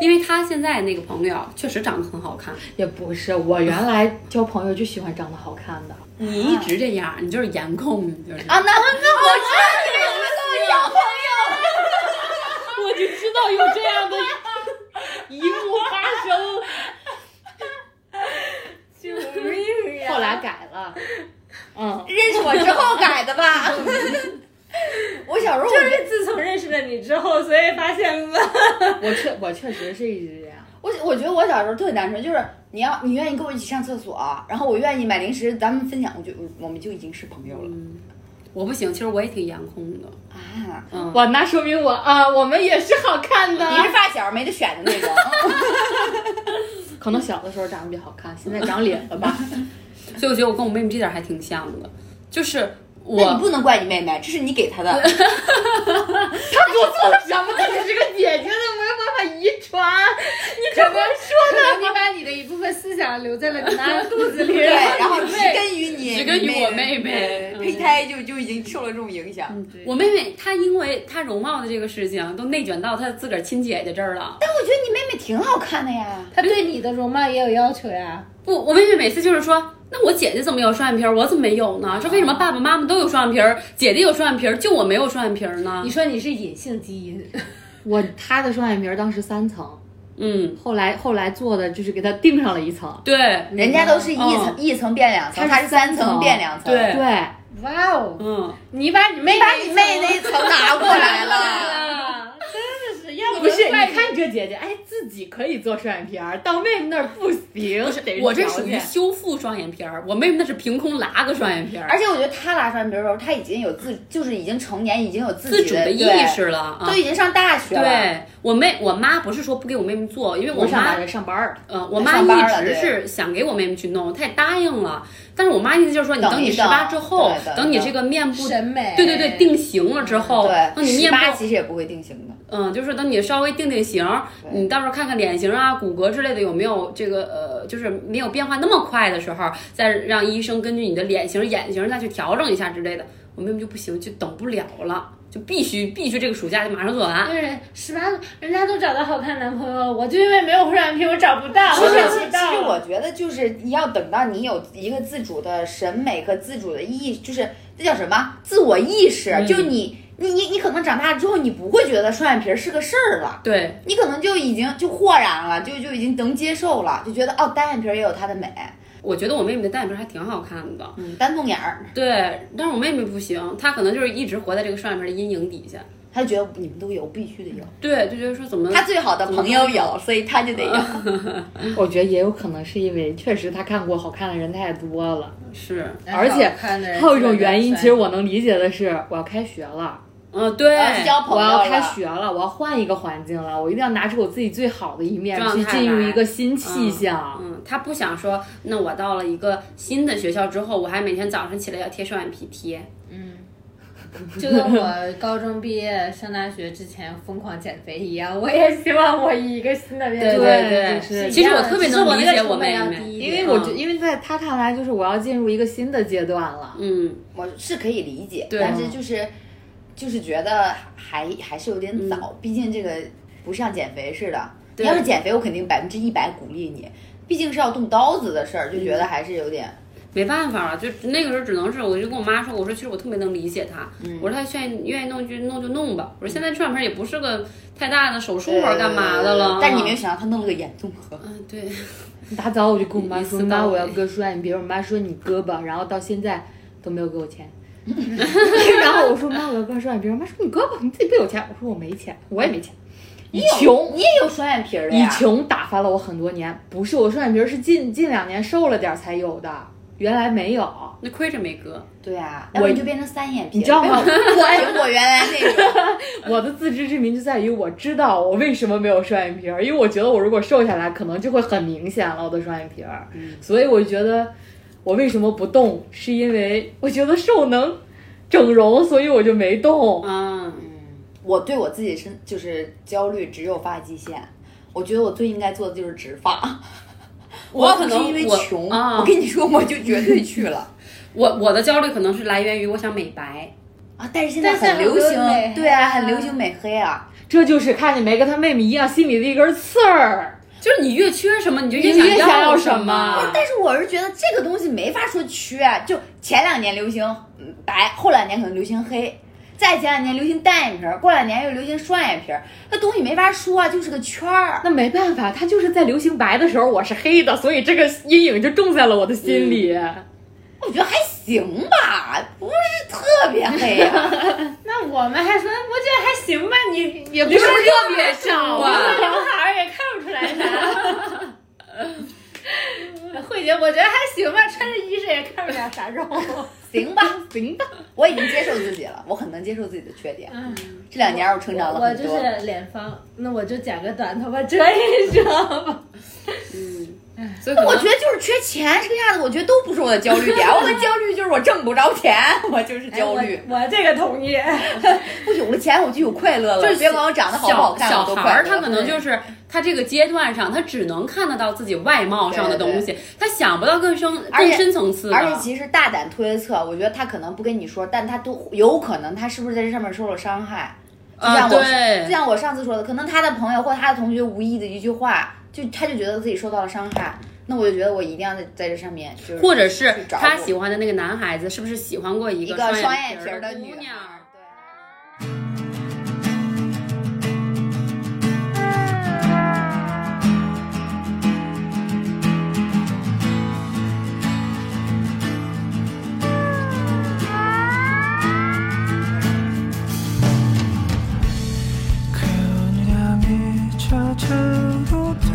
因为她现在那个朋友确实长得很好看。
也不是，我原来交朋友就喜欢长得好看的。
你一直这样，你就是颜控，你就是。
啊，那那我知道你为什么跟我交朋友。
我就知道有这样的一幕发生，救命呀！后来改了，嗯，
认识我之后改的吧？ 我小时候我觉得
自从认识了你之后，所以发现吧，
我确我确实是一直这样。
我我觉得我小时候特别单纯，就是你要你愿意跟我一起上厕所，然后我愿意买零食，咱们分享，我就我们就已经是朋友了
我不行，其实我也挺颜控的。
啊。
嗯，
哇，那说明我啊，我们也是好看的。
你是发小没得选的那 种，
可能小的时候长得比较好看，现在长脸了 吧？
所以我觉得我跟我妹妹这点还挺像的，就是
那你
我
不能怪你妹妹，这是你给她 的。
她做错了什么？她只是个姐姐，她没有办法遗传。你怎么说？
你把你的一部分思想留在了你妈的肚子里。
对，然后植根于你，
植根于
你嗯
我妹妹
对胚胎就就已经受了这种影响。
我妹妹她因为她容貌的这个事情都内卷到她自个儿亲姐姐这儿了。
但我觉得你妹妹挺好看的呀。
他对你的容貌也有要求呀。
不，我妹妹每次就是说，那我姐姐怎么有双眼皮儿，我怎么没有呢？说为什么爸爸妈妈都有双眼皮儿，姐姐有双眼皮儿，就我没有双眼皮儿呢
你？说你是隐性基因，
我她的双眼皮儿当时三层，
嗯，
后来后来做的就是给她钉上了一层。
对，
人家都是一层、
嗯
一层变两层，它
它是
是三层
层
变两层。
对
对，
哇哦！
嗯，
你把你妹
你把你妹 那一层拿过来了。
啊，真的是要
不是，你看这姐姐，哎，自己己可以做双眼皮儿，到妹妹那儿不行。
不是
得，
我这
条
属于
件
修复双眼皮儿，我妹妹那是凭空拉个双眼皮儿，
而且我觉得他拉双眼皮的时候，他已经有自，就是已经成年，已经有自
自
己
主的意
对
识了啊
都。已经上大学了。
对我妹，我妈不是说不给我妹妹做，因为我
我上
妈
班上班儿了，
呃，我妈
上班了
一直是想给我妹妹去弄，她也答应了。但是我妈意思就是说，你
等
等你
一
十
等
八之后
对，等
等
一
你
等
这个面部，
审美，
对对对，定型了之后，等哦你
对，十
面
八
部，
其实也不会定型的。
嗯，就是等你稍微定定型，你到时候看看脸型啊、骨骼之类的有没有这个呃，就是没有变化那么快的时候，再让医生根据你的脸型、眼型再去调整一下之类的。我妹妹就不行，就等不了了，就必须必须这个暑假就马上做完。
对，十八人家都找到好看男朋友了，我就因为没有双眼皮，我找不到，啊我找
其实
不
其实
到。
我觉得就是你要等到你有一个自主的审美和自主的意，就是这叫什么自我意识，
嗯
就你。你你你可能长大之后，你不会觉得双眼皮是个事儿了，
对，
你可能就已经就豁然了，就就已经能接受了，就觉得哦，单眼皮也有它的美，
我觉得我妹妹的单眼皮还挺好看的。
嗯，单凤眼儿，
对，但是我妹妹不行，她可能就是一直活在这个双眼皮的阴影底下。
他就觉得你们都有，必须得有。
对，就觉得说怎么
他最好的朋
嗯
友有，所以他就得有。
我觉得也有可能是因为确实她看过好看的人太多了，
是，
而且还
还
有一种原因，其实我能理解的是，我要开学了，
嗯，对，
我 要交
我
朋友
要开
了。
学了，我要换一个环境了，我一定要拿出我自己最好的一面
状
去
态
进入
来
一个新气象。
嗯，她不想说，那我到了一个新的学校之后，我还每天早上起来要贴双眼皮贴。
就跟我高中毕业上大学之前疯狂减肥一样，我也希望我以一个新的面貌。
对
就是
其实我特别
只是
能理
那个
解我
成本
妹
要
妹，
低一
因
点
为我
嗯
觉，因为在她看来，就是我要进入一个新的阶段了。
嗯，
我是可以理解，
对嗯
但是就是就是觉得还还是有
嗯
点早，毕竟这个不像减肥似的。你要是减肥，我肯定百分之一百鼓励你，毕竟是要动刀子的事儿，就
嗯
觉得还是有点。
没办法了，就那个时候只能是，我就跟我妈说，我说其实我特别能理解她，
嗯
我说她愿意愿意弄就弄就弄吧，我说现在双眼皮也不是个太大的手术
对
啊，干嘛的了。
但你没有想到他弄了个眼综合，
嗯，对，
一大早我就跟我妈说，
一丝
妈
到
我
位
要割双眼皮，我妈说你割吧，然后到现在都没有给我 钱。 然后我说妈，我要割双眼皮，我妈说你割吧，你自己不有钱。我说我没钱，我也没钱，以穷
你也有双眼皮儿的
以
呀？
穷打发了我很多年。不是我双眼皮是近近两年瘦了点儿才有的，原来没有。
那亏着没割。
对呀、要不
我
然就变成三眼皮儿。
你知道吗
没有 我我原来那种，
我的自知之明就在于我知道我为什么没有双眼皮儿，因为我觉得我如果瘦下来，可能就会很明显了我的双眼皮儿。
嗯
所以我觉得我为什么不动，是因为我觉得瘦能整容，所以我就没动。
嗯，
我对我自己身就是焦虑，只有发际线。我觉得我最应该做的就是植发。
我
要
可
不是
能
因为
我
穷，
啊
我跟你说，我就绝对去了。
我我的焦虑可能是来源于我想美白，
啊！但是现在
但是
很流
很多
行
美，
对啊，很流行美黑啊。
这就是看见没跟他妹妹一样，心里的一根刺儿。
就是你越缺什么，你就
你越
想
想要
什
什 么
但是我是觉得这个东西没法说缺，啊就前两年流行嗯白，后两年可能流行黑，再前两年流行单眼皮儿，过两年又流行双眼皮儿，那东西没法说啊，就是个圈儿。
那没办法，他就是在流行白的时候我是黑的，所以这个阴影就种在了我的心里。
嗯我觉得还行吧，不是特别黑啊。
那我们还说，我觉得还行吧，你也不
不
是
是特别瘦啊。
刘海儿也看不出来啥。慧姐，我觉得还行吧，穿着衣裳也看不了啥肉。
行吧，行吧，我已经接受自己了，我很能接受自己的缺点。
嗯，
这两年我成长了
我
很
就
多。
是脸方，那我就剪个短头发遮一遮吧。
所以可
我
能
觉得就是缺钱这个样子，我觉得都不是我的焦 虑点。我的焦虑就是我挣不着钱，我就是 焦虑
哎。我我这个同意。
我有了钱，我就有快乐了。
哎就是
别管我长得好不好看，
小
我都
小
快
孩儿
乐。
他可能就是他这个阶段上，他只能看得到自己外貌上的东西，他想不到更深
而且
更深层次的。
而且其实大胆推测，我觉得他可能不跟你说，但他都有可能，他是不是在这上面受了伤害？就
啊
像我，
对
就像我上次说的，可能他的朋友或他的同学无意的一句话，就他就觉得自己受到了伤害。那我就觉得我一定要在在这上面，就是
或者是
去找
他
我
喜欢的那个男孩子，是不是喜欢过一
一
个
个
双
双眼皮儿的
的
女
姑娘？
孩儿。对
그녀 미쳐 자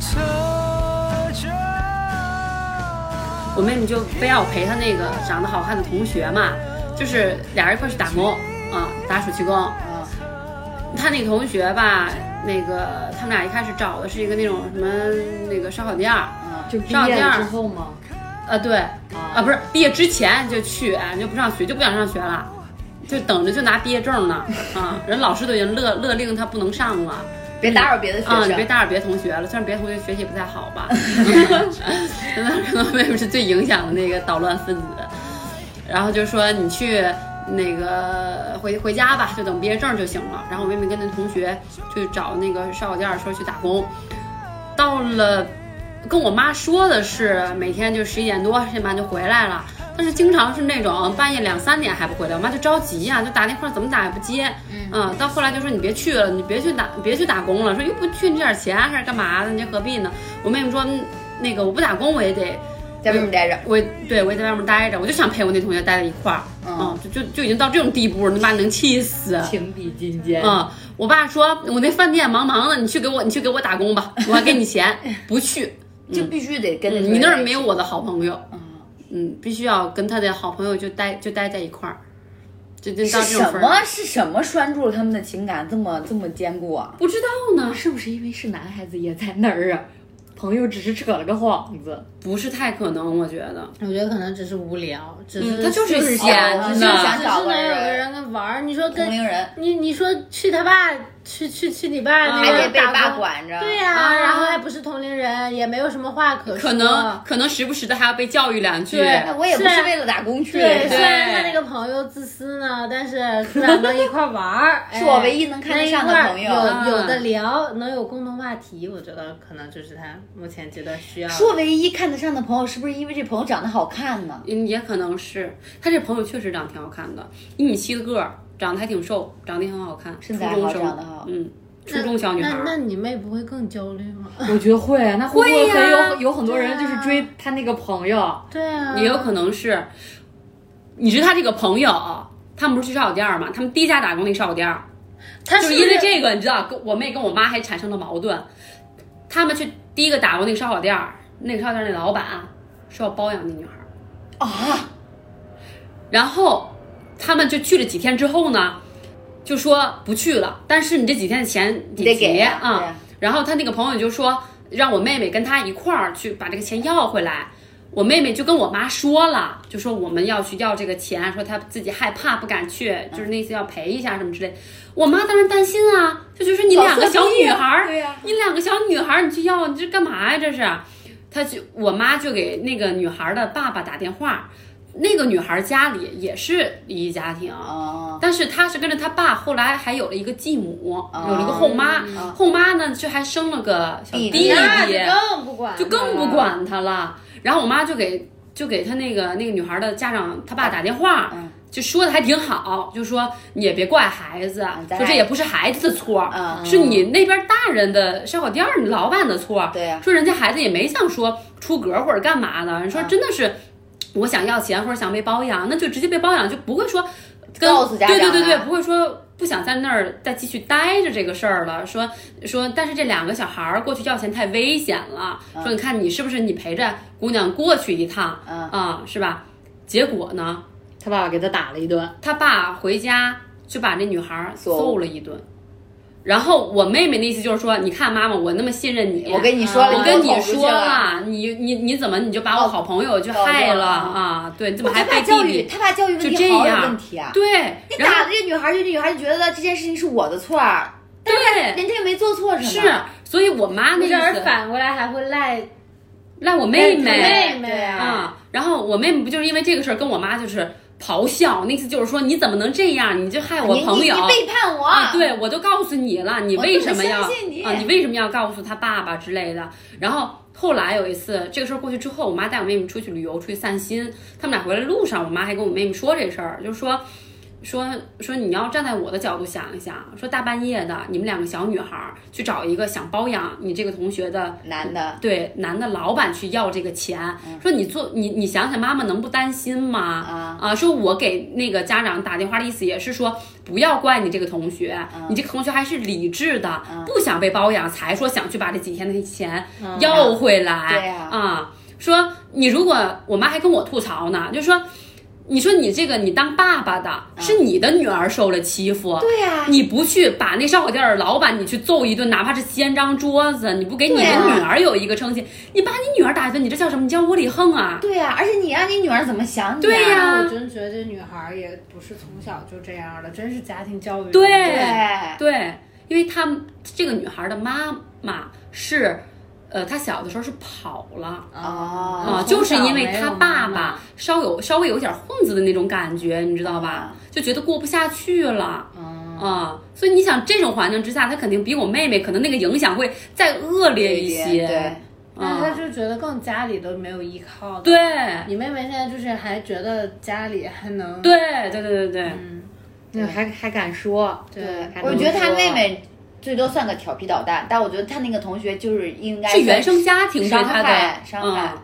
侧着。
我妹妹就非要陪她那个长得好看的同学嘛，就是俩人一块去打工啊，打暑期工。她那个同学吧，那个他们俩一开始找的是一个那种什么那个烧烤店儿，
啊就毕
上
业
店
了
儿
之后吗？
啊，对，啊，不是毕业之前就去，哎，就不上学，就不想上学了，就等着就拿毕业证呢，啊，人老师都已经勒勒令他不能上了，
别打扰别的学
啊，你别
生。
打扰别的同学了，虽然别的同学学习也不太好 吧，那可能妹妹是最影响的那个捣乱分子，然后就说你去那个回回家吧，就等毕业证就行了。然后我妹妹跟那同学去找那个烧烤店儿说去打工，到了跟我妈说的是每天就十一点多十点半就回来了。但是经常是那种半夜两三点还不回来，我妈就着急呀、就打电话怎么打也不接，嗯，到后来就说你别去了，你别去打，别去打工了，说又不去你这点钱啊还是干嘛的，你这何必呢？我妹妹说，嗯那个我不打工我也得，
在外面待着，
我也对我也在外面待着，我就想陪我那同学待在一块儿，嗯，就就就已经到这种地步了，你妈能气死。
情比金坚。
嗯，我爸说我那饭店忙忙的，你去给我你去给我打工吧，我还给你 钱，不去。
就必须得跟着
嗯你那儿没有我的好朋友，嗯，必须要跟他的好朋友就待就待在一块儿，就就是到这种
什
份
么
儿。
是什么拴住了他们的情感这么这么坚固啊？
不知道呢，
是不是因为是男孩子也在那 儿啊？朋友只是扯了个幌子，
不是太可能，我觉得。
我觉得可能只是无聊，只
嗯
是
他就是
是
闲
想
着
只是
呢
想
只是
找个
能有
人
个
跟玩儿。你说
同
跟
龄人
你你说去他爸去去去你爸
啊
还
那边
得被
打
爸
工
管着，
对呀、
啊
然后还不是同龄人，也没有什么话可说。
可能可能时不时的还要被教育两句。
对
哎那我也不
虽
是
然
为了打工去
对，
的，
虽
啊对啊
然他那个朋友自私呢，但是俩能一块玩 儿，哎
是我唯一能看得上的朋友
能一块儿有有的聊，能有共同话题，我觉得可能就是他目前阶段需要的。
是我唯一看得上的朋友，是不是因为这朋友长得好看呢？
嗯，也可能是他这朋友确实长得挺好看的，一米七的个儿，长得还挺瘦，长得也很好看，初
身材
中
好
生
长得好，
嗯，初中小女孩
那那
儿。
你妹不会更焦虑吗？
啊
我觉得会。啊那会不
会
会
呀
很有有很多人
对
就
啊
是追他那个朋友？
对啊，
也有可能是，你知道他这个朋友啊，他们不是去烧烤店儿吗？他们第一家打工那烧烤店儿，
他
就是是
不是
因为这个，你知道，跟我妹跟我妈还产生了矛盾。他们去第一个打过那个烧烤店儿，那个烧烤店儿那老板说要包养那女孩啊， 然后他们就去了几天之后呢，就说不去了，但是你这几天的钱
你得
结
给啊
啊、
对啊
然后他那个朋友就说让我妹妹跟他一块儿去把这个钱要回来。我妹妹就跟我妈说了，就说我们要去要这个钱，说她自己害怕不敢去，
嗯
就是那次要赔一下什么之类。我妈当然担心啊，就觉得说你两个小女孩儿，
对呀
你两个小女孩儿你去要，你这干嘛呀？这是，她就我妈就给那个女孩儿的爸爸打电话，那个女孩儿家里也是离异家庭，
啊，
但是她是跟着她爸，后来还有了一个继母，有了一个后妈，后妈呢就还生了个小哦弟啊
弟
弟，
弟
那就更不管，
就更不。管她了。然后我妈就给就给她那个那个女孩的家长她爸打电话，就说的还挺好，就说你也别怪孩子，
咱俩
说这也不是孩子的错儿，
嗯
是你那边大人的烧烤店儿老板的错儿。
对啊呀
说人家孩子也没想说出格或者干嘛的，你说真的是。我想要钱或者想被包养，那就直接被包养，就不会说跟
告诉家长
对对对对，
了
不会说不想在那儿再继续待着这个事儿了。说说，但是这两个小孩儿过去要钱太危险了。说你看你是不是你陪着姑娘过去一趟
嗯
啊、是吧？结果呢，
他爸爸给他打了一顿，
他爸回家就把那女孩儿
揍
揍了一顿。然后我妹妹的意思就是说，你看妈妈，我那么信任你，
我跟你说了，
啊我跟
你
你
就捅出
说啊
去了。
了，你你你怎么你就把我好朋友就
搞哦
害
掉
了
了
啊？对，你怎么还
他
被
爸
弟
教育，
弟？
他爸教育问
就
题
这
好有
样
问题啊！
对，
你
然后
打的这女孩儿，就这女孩儿就觉得这件事情是我的错儿，
对
人家也没做错什么。
是，所以我妈那
这
意
而
思
反过来还会赖
赖我妹妹
妹
对
妹
啊
啊，然后我妹妹不就是因为这个事儿跟我妈就是咆哮，那次就是说你怎么能这样，你就害我
你
朋
你
友
你。背叛我，
啊， 对，我都告诉你了，你为什么要
我怎么相信你
啊？你为什么要告诉他爸爸之类的？然后后来有一次，这个事儿过去之后，我妈带我妹妹出去旅游，出去散心。他们俩回来路上，我妈还跟我妹妹说这事儿，就说说说你要站在我的角度想一想，说大半夜的，你们两个小女孩儿去找一个想包养你这个同学的
男的，
对男的老板去要这个钱，说你做你你想想妈妈能不担心吗？
嗯啊
说我给那个家长打电话的意思也是说不要怪你这个同学，
嗯
你这个同学还是理智的，不想被包养才说想去把这几天的钱要回来，
嗯对呀
啊说你如果我妈还跟我吐槽呢，就说。你说你这个，你当爸爸的、是你的女儿受了欺负，
嗯对呀
啊你不去把那烧烤店的老板你去揍一顿，哪怕是掀张桌子，你不给你的
对啊
女儿有一个称心，你把你女儿打一顿，你这叫什么？你叫窝里横啊！
对呀、而且你让你女儿怎么想你、啊？
对呀
我真觉得这女孩儿也不是从小就这样的，嗯真是家庭教育。
对
对，
对，因为他们这个女孩的妈妈是，呃，她小的时候是跑了。
嗯
哦
啊，就是因为她爸嗯爸稍有稍微有点混子的那种感觉，你知道吧？就觉得过不下去了，啊，所以你想这种环境之下，她肯定比我妹妹可能那个影响会再恶劣一些，
对，
那
啊
他就觉得更家里都没有依靠。，
对
你妹妹现在就是还觉得家里还能
对对对对对，
那还还敢说？
对
还
我
能
觉得他
说
妹妹最多算个调皮捣蛋，但我觉得他那个同学就是应该
是原生家庭对
伤
她
害
的
伤害
嗯，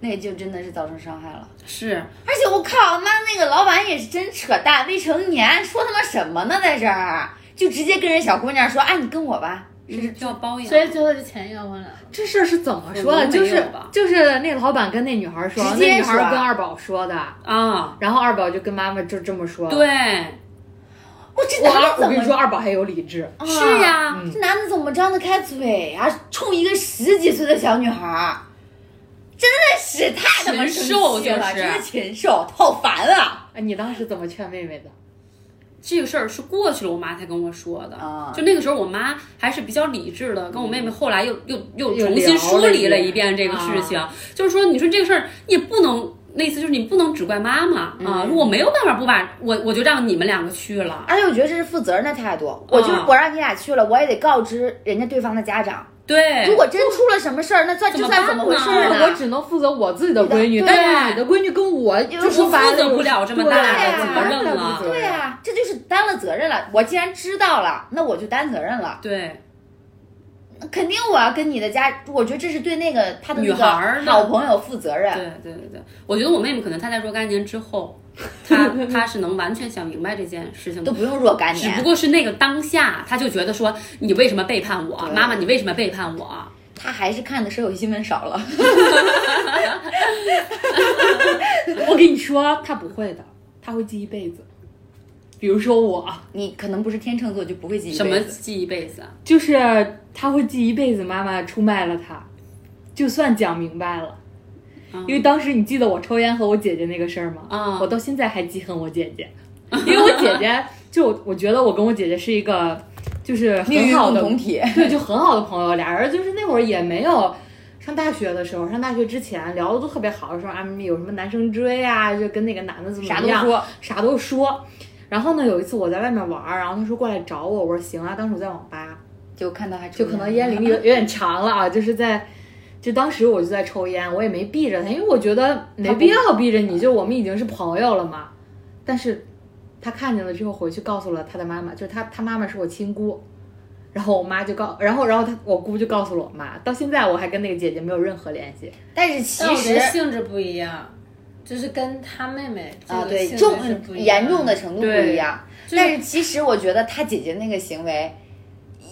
那就真的是造成伤害了。
是，
而且我靠，妈那个老板也是真扯淡，未成年说他妈什么呢，在这儿就直接跟人小姑娘说啊，你跟我吧，
是叫包养，
所以最后这钱要回来了。
这事儿是怎么说
我
的？
没
就
有
是
吧
就是那老板跟那女孩说，
直
那
接
女孩
说
跟二宝说的，
啊，
然后二宝就跟妈妈就这么说。，
对，
我这
我
男
二
的
我
怎
跟你说，
么？
二宝还有理智。
啊
是呀，
这男的怎么张得开嘴啊？冲一个十几岁的小女孩儿，真的是太他妈
禽
生
兽
气
就
了，
是啊
真是禽兽，好烦啊！
哎，你当时怎么劝妹妹的？
这个事儿是过去了，我妈才跟我说的。
啊
就那个时候，我妈还是比较理智的，跟我妹妹后来又又又
又
重新
聊
梳
了一
理了一
遍
遍这个事
啊
情，就是说，你说这个事儿你也不能。那意思就是你不能只怪妈妈啊！我没有办法不把我我就让你们两个去了，
而且我觉得这是负责任的态度。我就是
啊
我让你俩去了，我也得告知人家对方的家长。
对，
如果真出了什么事儿，那算
怎
就
么
算怎么回事儿
办
因
呢
为
呢？
我只能负责我自己的闺女，
对
但是你的闺女跟我就
我
说白
负
了
责
就
不
是
了这么
对啊
大
呀
的责
负责
任
不
了，
了
对啊呀、这就是担了责任了。我既然知道了，那我就担责任了。
对
肯定我要跟你的家，我觉得这是对那个他的那
女孩儿
个
呢
好朋友负责
对
任。
对对对，我觉得我妹妹可能她在若干年之后，她她是能完全想明白这件事情的
都，不用若干
只不
年，
过是那个当下，她就觉得说你为什么背叛我，
对
妈妈你为什么背叛我，
他还是看的社会新闻少了。
我跟你说，她不会的，她会记一辈子。比如说我，
你可能不是天秤座，就不会记一
什么
辈子。
记一辈子啊？
就是她会记一辈子，妈妈出卖了她，就算讲明白了。
嗯
因为当时你记得我抽烟和我姐姐那个事儿吗？
啊
我到现在还记恨我姐姐，因为我姐姐 就我我觉得我跟我姐姐是一个就是
命
很
运
好
共
的
同体，
对，就很好的朋友，俩人就是那会儿也没有上大学的时候，上大学之前聊的都特别好，说啊有什么男生追啊，就跟那个男的怎么
啥
怎
都
么样，
说。
啥都说。然后呢，有一次我在外面玩儿，然后他说过来找我，我说行啊，当时我在网吧，
就看到他抽
就可能烟 龄有有点长了啊，就是在。就当时我就在抽烟，我也没避着他，因为我觉得没必要避着你，就我们已经是朋友了嘛。但是，他看见了之后回去告诉了他的妈妈，就是他他妈妈是我亲姑，然后我妈就告，然后然后他我姑就告诉了我妈，到现在我还跟那个姐姐没有任何联系。
但是
但
其
我觉得
实
性质不一样，就是跟她妹妹这
啊，
个
对，
性质是不
重
一
严重
样
的程度不
对
一样。
就是
但是其实我觉得他姐姐那个行为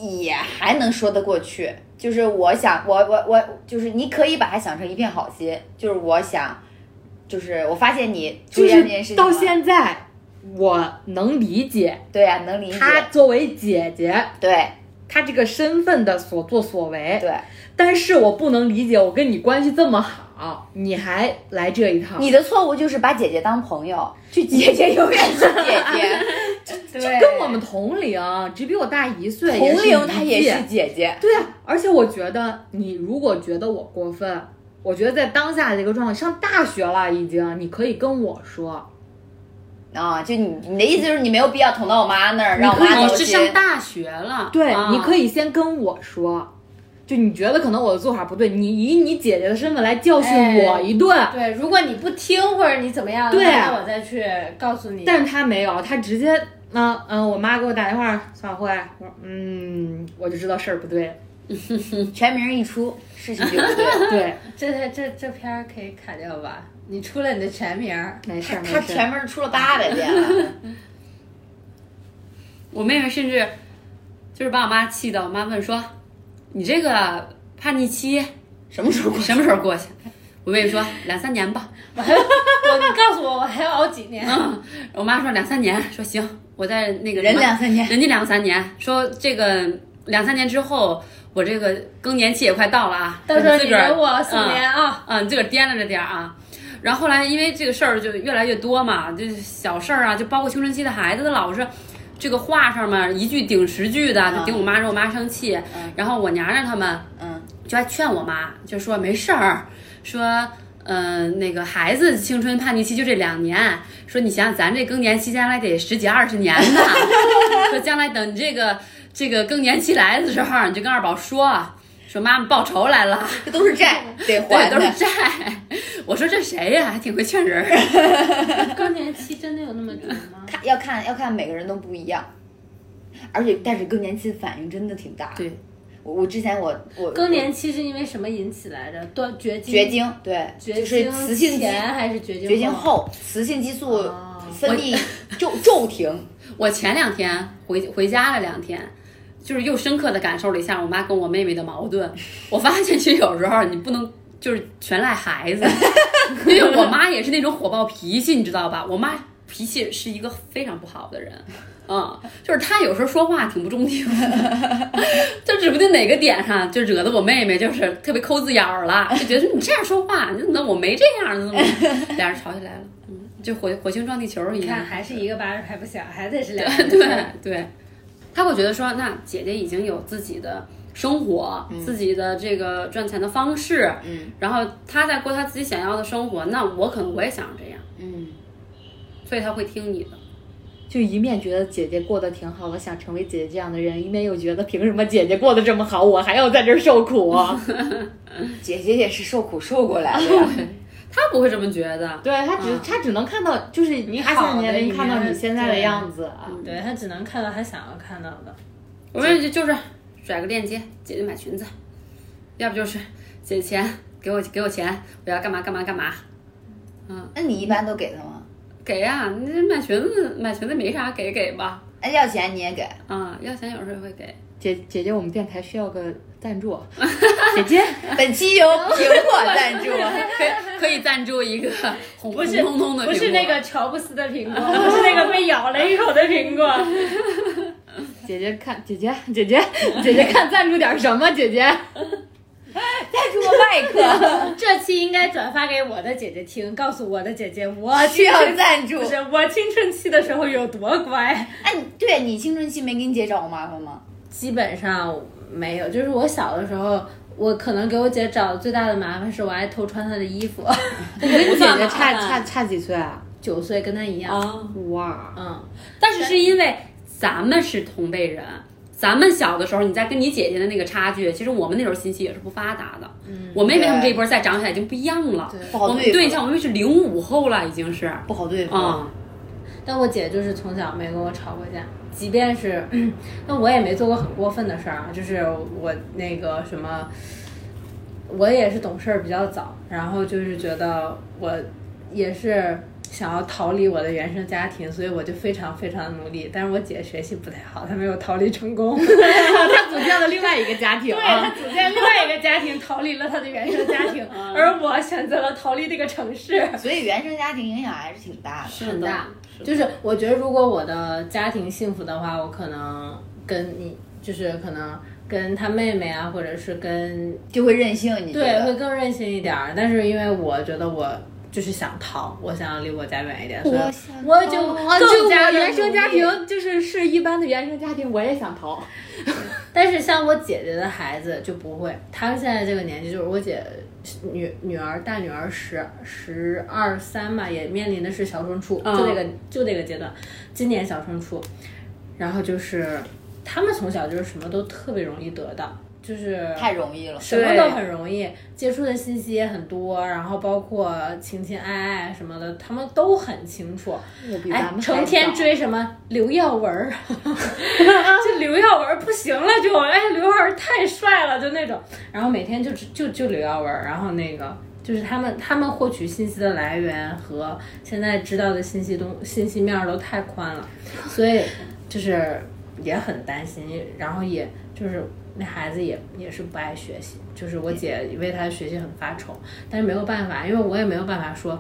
也还能说得过去。就是我想，我我我，就是你可以把它想成一片好心。就是我想，就是我发现你注
就
意这件事
是
情
到
了
现在，我能理解
对呀、能理解。
她作为姐姐，
对
她这个身份的所作所为，
对，
但是我不能理解，我跟你关系这么好，你还来这一套。
你的错误就是把姐姐当朋友，就姐姐永远是姐姐，
就跟我们同龄，只比我大一岁，也
同
是
龄
一
她也
届
是姐姐。
对啊，而且我觉得你如果觉得我过分，我觉得在当下这个状态，上大学了已经，你可以跟我说，
啊、就你你的意思就是你没有必要
哦
捅到我妈那儿，让我
你可以
妈
我
走
是
心。
上大学了，
对，
啊
你可以先跟我说。就你觉得可能我的做法不对，你以你姐姐的身份来教训我
哎
一顿，
对，如果你不听或者你怎么样，
对
啊
那我再去告诉你。
但是他没有，他直接，嗯、嗯、我妈给我打电话，孙晓慧，我说嗯，我就知道事儿不对，
全名一出，事情就不对了。
对，
这这这这片儿可以砍掉吧？你出了你的全名儿，
嗯
没事儿没
他
事
全
儿，
名出了八百遍了，
我妹妹甚至就是把我妈气的，我妈问说：“你这个叛逆期
什么时候过？
什么时候过去？”我妹妹说：“两三年吧。
我还我你告诉我我还要熬几
嗯
年？”
我妈说：“两三年。”说行，我在那个什
人
么
两三年，
人家两三年，说这个两三年之后，我这个更年期也快到了啊，
到时候你
自个儿
忍我四年啊！
嗯，你自个儿掂量着点儿啊。然后后来因为这个事儿就越来越多嘛，这小事儿啊，就包括青春期的孩子，他老是这个话上面一句顶十句的，就顶我妈，让我妈生气。
嗯
然后我娘让他们，
嗯，
就还劝我妈，就说没事儿，说。嗯、那个孩子青春叛逆期就这两年，说你想想咱这更年期将来得十几二十年呢， 说将来等你这个这个更年期来的时候，你就跟二宝说，说妈妈报仇来了，
这都是债，得还
对，都
的
是。债。 我说这谁呀、还挺会劝人儿。
更年期真的有那么久吗？
看要看要看每个人都不一样，而且但是更年期的反应真的挺大。
对，
我我之前我我
更年期是因为什么引起来着？断绝经
绝经，对，
绝
就
经
是雌性激
前还是绝经
绝经？后，雌性激素
哦
分泌骤骤停。
我前两天回回家了两天，就是又深刻的感受了一下我妈跟我妹妹的矛盾。我发现其实有时候你不能就是全赖孩子，因为我妈也是那种火爆脾气，你知道吧？我妈脾气是一个非常不好的人。嗯，就是她有时候说话挺不中听的， 就指不定哪个点上就惹得我妹妹就是特别抠字眼儿了，就觉得你这样说话，你怎么我没这样呢？俩人吵起来了，嗯，就火火星撞地球一
你
样
看。还是一个巴掌拍不响，还得是两个人的事
对
儿。
对，他会觉得说，那姐姐已经有自己的生活，自己的这个赚钱的方式，
嗯
然后她在过她自己想要的生活，那我可能我也想这样，
嗯，
所以她会听你的。
就一面觉得姐姐过得挺好，我想成为姐姐这样的人，一面又觉得凭什么姐姐过得这么好，我还要在这儿受苦？啊
姐姐也是受苦受过来的 呀。
她不会这么觉得，
对他只、他只能看到，就是啊你二
好
三
的
年
一
龄
面
看到你现在的
对
样子啊。
对他只能看到他想要看到的。
我说就就是甩个链接，姐姐买裙子，要不就是姐姐钱给我给我钱，我要干嘛干嘛干嘛，
那你一般都给他吗？
给呀、你这买裙子买裙子没啥，给给吧，
哎，要钱你也给？
啊、要钱有时候也会给。
姐姐姐，我们电台需要个赞助，姐姐
本期 由苹果赞助。
可以可以赞助 一个红红
是
彤彤的苹果，
不是那个乔布斯的苹果，不是那个被咬了一口的苹果。
姐姐看姐姐姐姐 姐姐看赞助点什么？姐姐
赞助个麦克，
这期应该转发给我的姐姐听，告诉我的姐姐我
需
青
要
春
赞助
不。是我青春期的时候有多乖。
哎，你对你青春期没给你姐找过麻烦吗？
基本上没有，就是我小的时候，我可能给我姐找的最大的麻烦是我爱偷穿她的衣 服。
你跟 姐姐
麻
差
烦
差差几岁啊？
九岁跟她一样，
啊，
哇，
嗯，
但是是因为咱们是同辈人，咱们小的时候，你在跟你姐姐的那个差距，其实我们那时候信息也是不发达的。嗯，我妹妹他们这一波再长起来已经不一样了。
对嗯
不
我
好
们
对付，
对像我妹妹是零五后了，已经是啊、
不好对付。
但我姐就是从小没跟我吵过架，即便是， 那我也没做过很过分的事儿啊，就是我那个什么，我也是懂事儿比较早，然后就是觉得我也是想要逃离我的原生家庭，所以我就非常非常努力，但是我姐学习不太好，她没有逃离成功。
她组建了另外一个家庭
对他
啊。
组建另外一个家庭，逃离了他的原生家庭，
嗯
而我选择了逃离这个城市。
所以原生家庭影响还是挺大的。
是嗯的，是的
就是我觉得，如果我的家庭幸福的话，我可能跟你，就是可能跟他妹妹啊，或者是跟
就会任性，你觉
对，会
得？
更任性一点儿。但是因为我觉得我就是想逃，我想要离我家远一点，所以
想
我就
就
更
我
加地
原生家
努力
庭就是是一般的原生家庭，我也想逃。
但是像我姐姐的孩子就不会，她现在这个年纪，就是我姐女女儿大女儿十十二三嘛，也面临的是小升初，就这个就这个阶段，今年小升初，然后就是他们从小就是什么都特别容易得到，就是
太容易了。
什么都很容易，接触的信息也很多，然后包括情情爱爱什么的，他们都很清楚。
我比
哎
咱，们还
成天
早
追什么刘耀文儿， 就刘耀文儿不行了，就哎刘耀文儿太帅了，就那种。然后每天就只就就刘耀文儿，然后那个就是他们他们获取信息的来源和现在知道的信息东信息面儿都太宽了，所以就是也很担心，然后也就是那孩子也也是不爱学习，就是我姐为他学习很发愁，但是没有办法，因为我也没有办法说。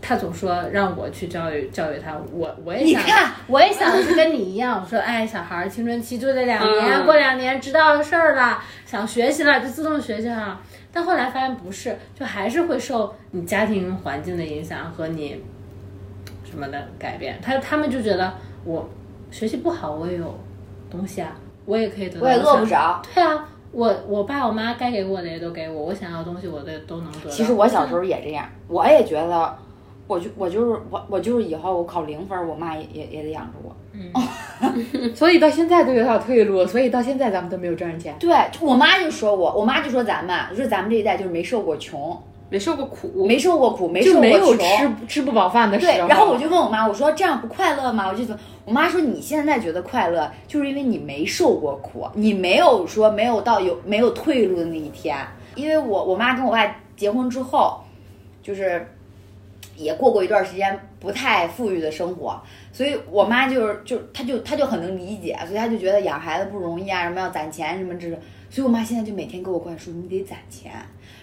他总说让我去教育教育他，我我也想，我也想 是跟你一样。我说，哎，小孩儿青春期就这两年，
嗯
过两年知道事儿了，想学习了就自动学习了。但后来发现不是，就还是会受你家庭环境的影响和你什么的改变。他他们就觉得我学习不好，我也有东西啊，我也可以得到。
我也饿不。着。
对啊，我我爸我妈该给我的也都给我，我想要的东西我都都能得到。
其实我小时候也这样，我也觉得，我就我就是我我就是以后我考零分儿，我妈也也也得养着我。
所以到现在都有点退路，所以到现在咱们都没有赚上钱。
对，就我妈就说我，我妈就说咱们，啊说咱们这一代就是没受过穷，
没受过苦，
没受过苦，没受
就
过
没有
穷。
吃吃不饱饭的时
对
候，，
然后我就问我妈，我说这样不快乐吗？我就怎么？我妈说你现在觉得快乐，就是因为你没受过苦，你没有说没有到有没有退路的那一天。因为我我妈跟我爸结婚之后，就是也过过一段时间不太富裕的生活，所以我妈就是就她就她就很能理解，所以她就觉得养孩子不容易啊，什么要攒钱什么之类的。所以我妈现在就每天给我灌输，你得攒钱，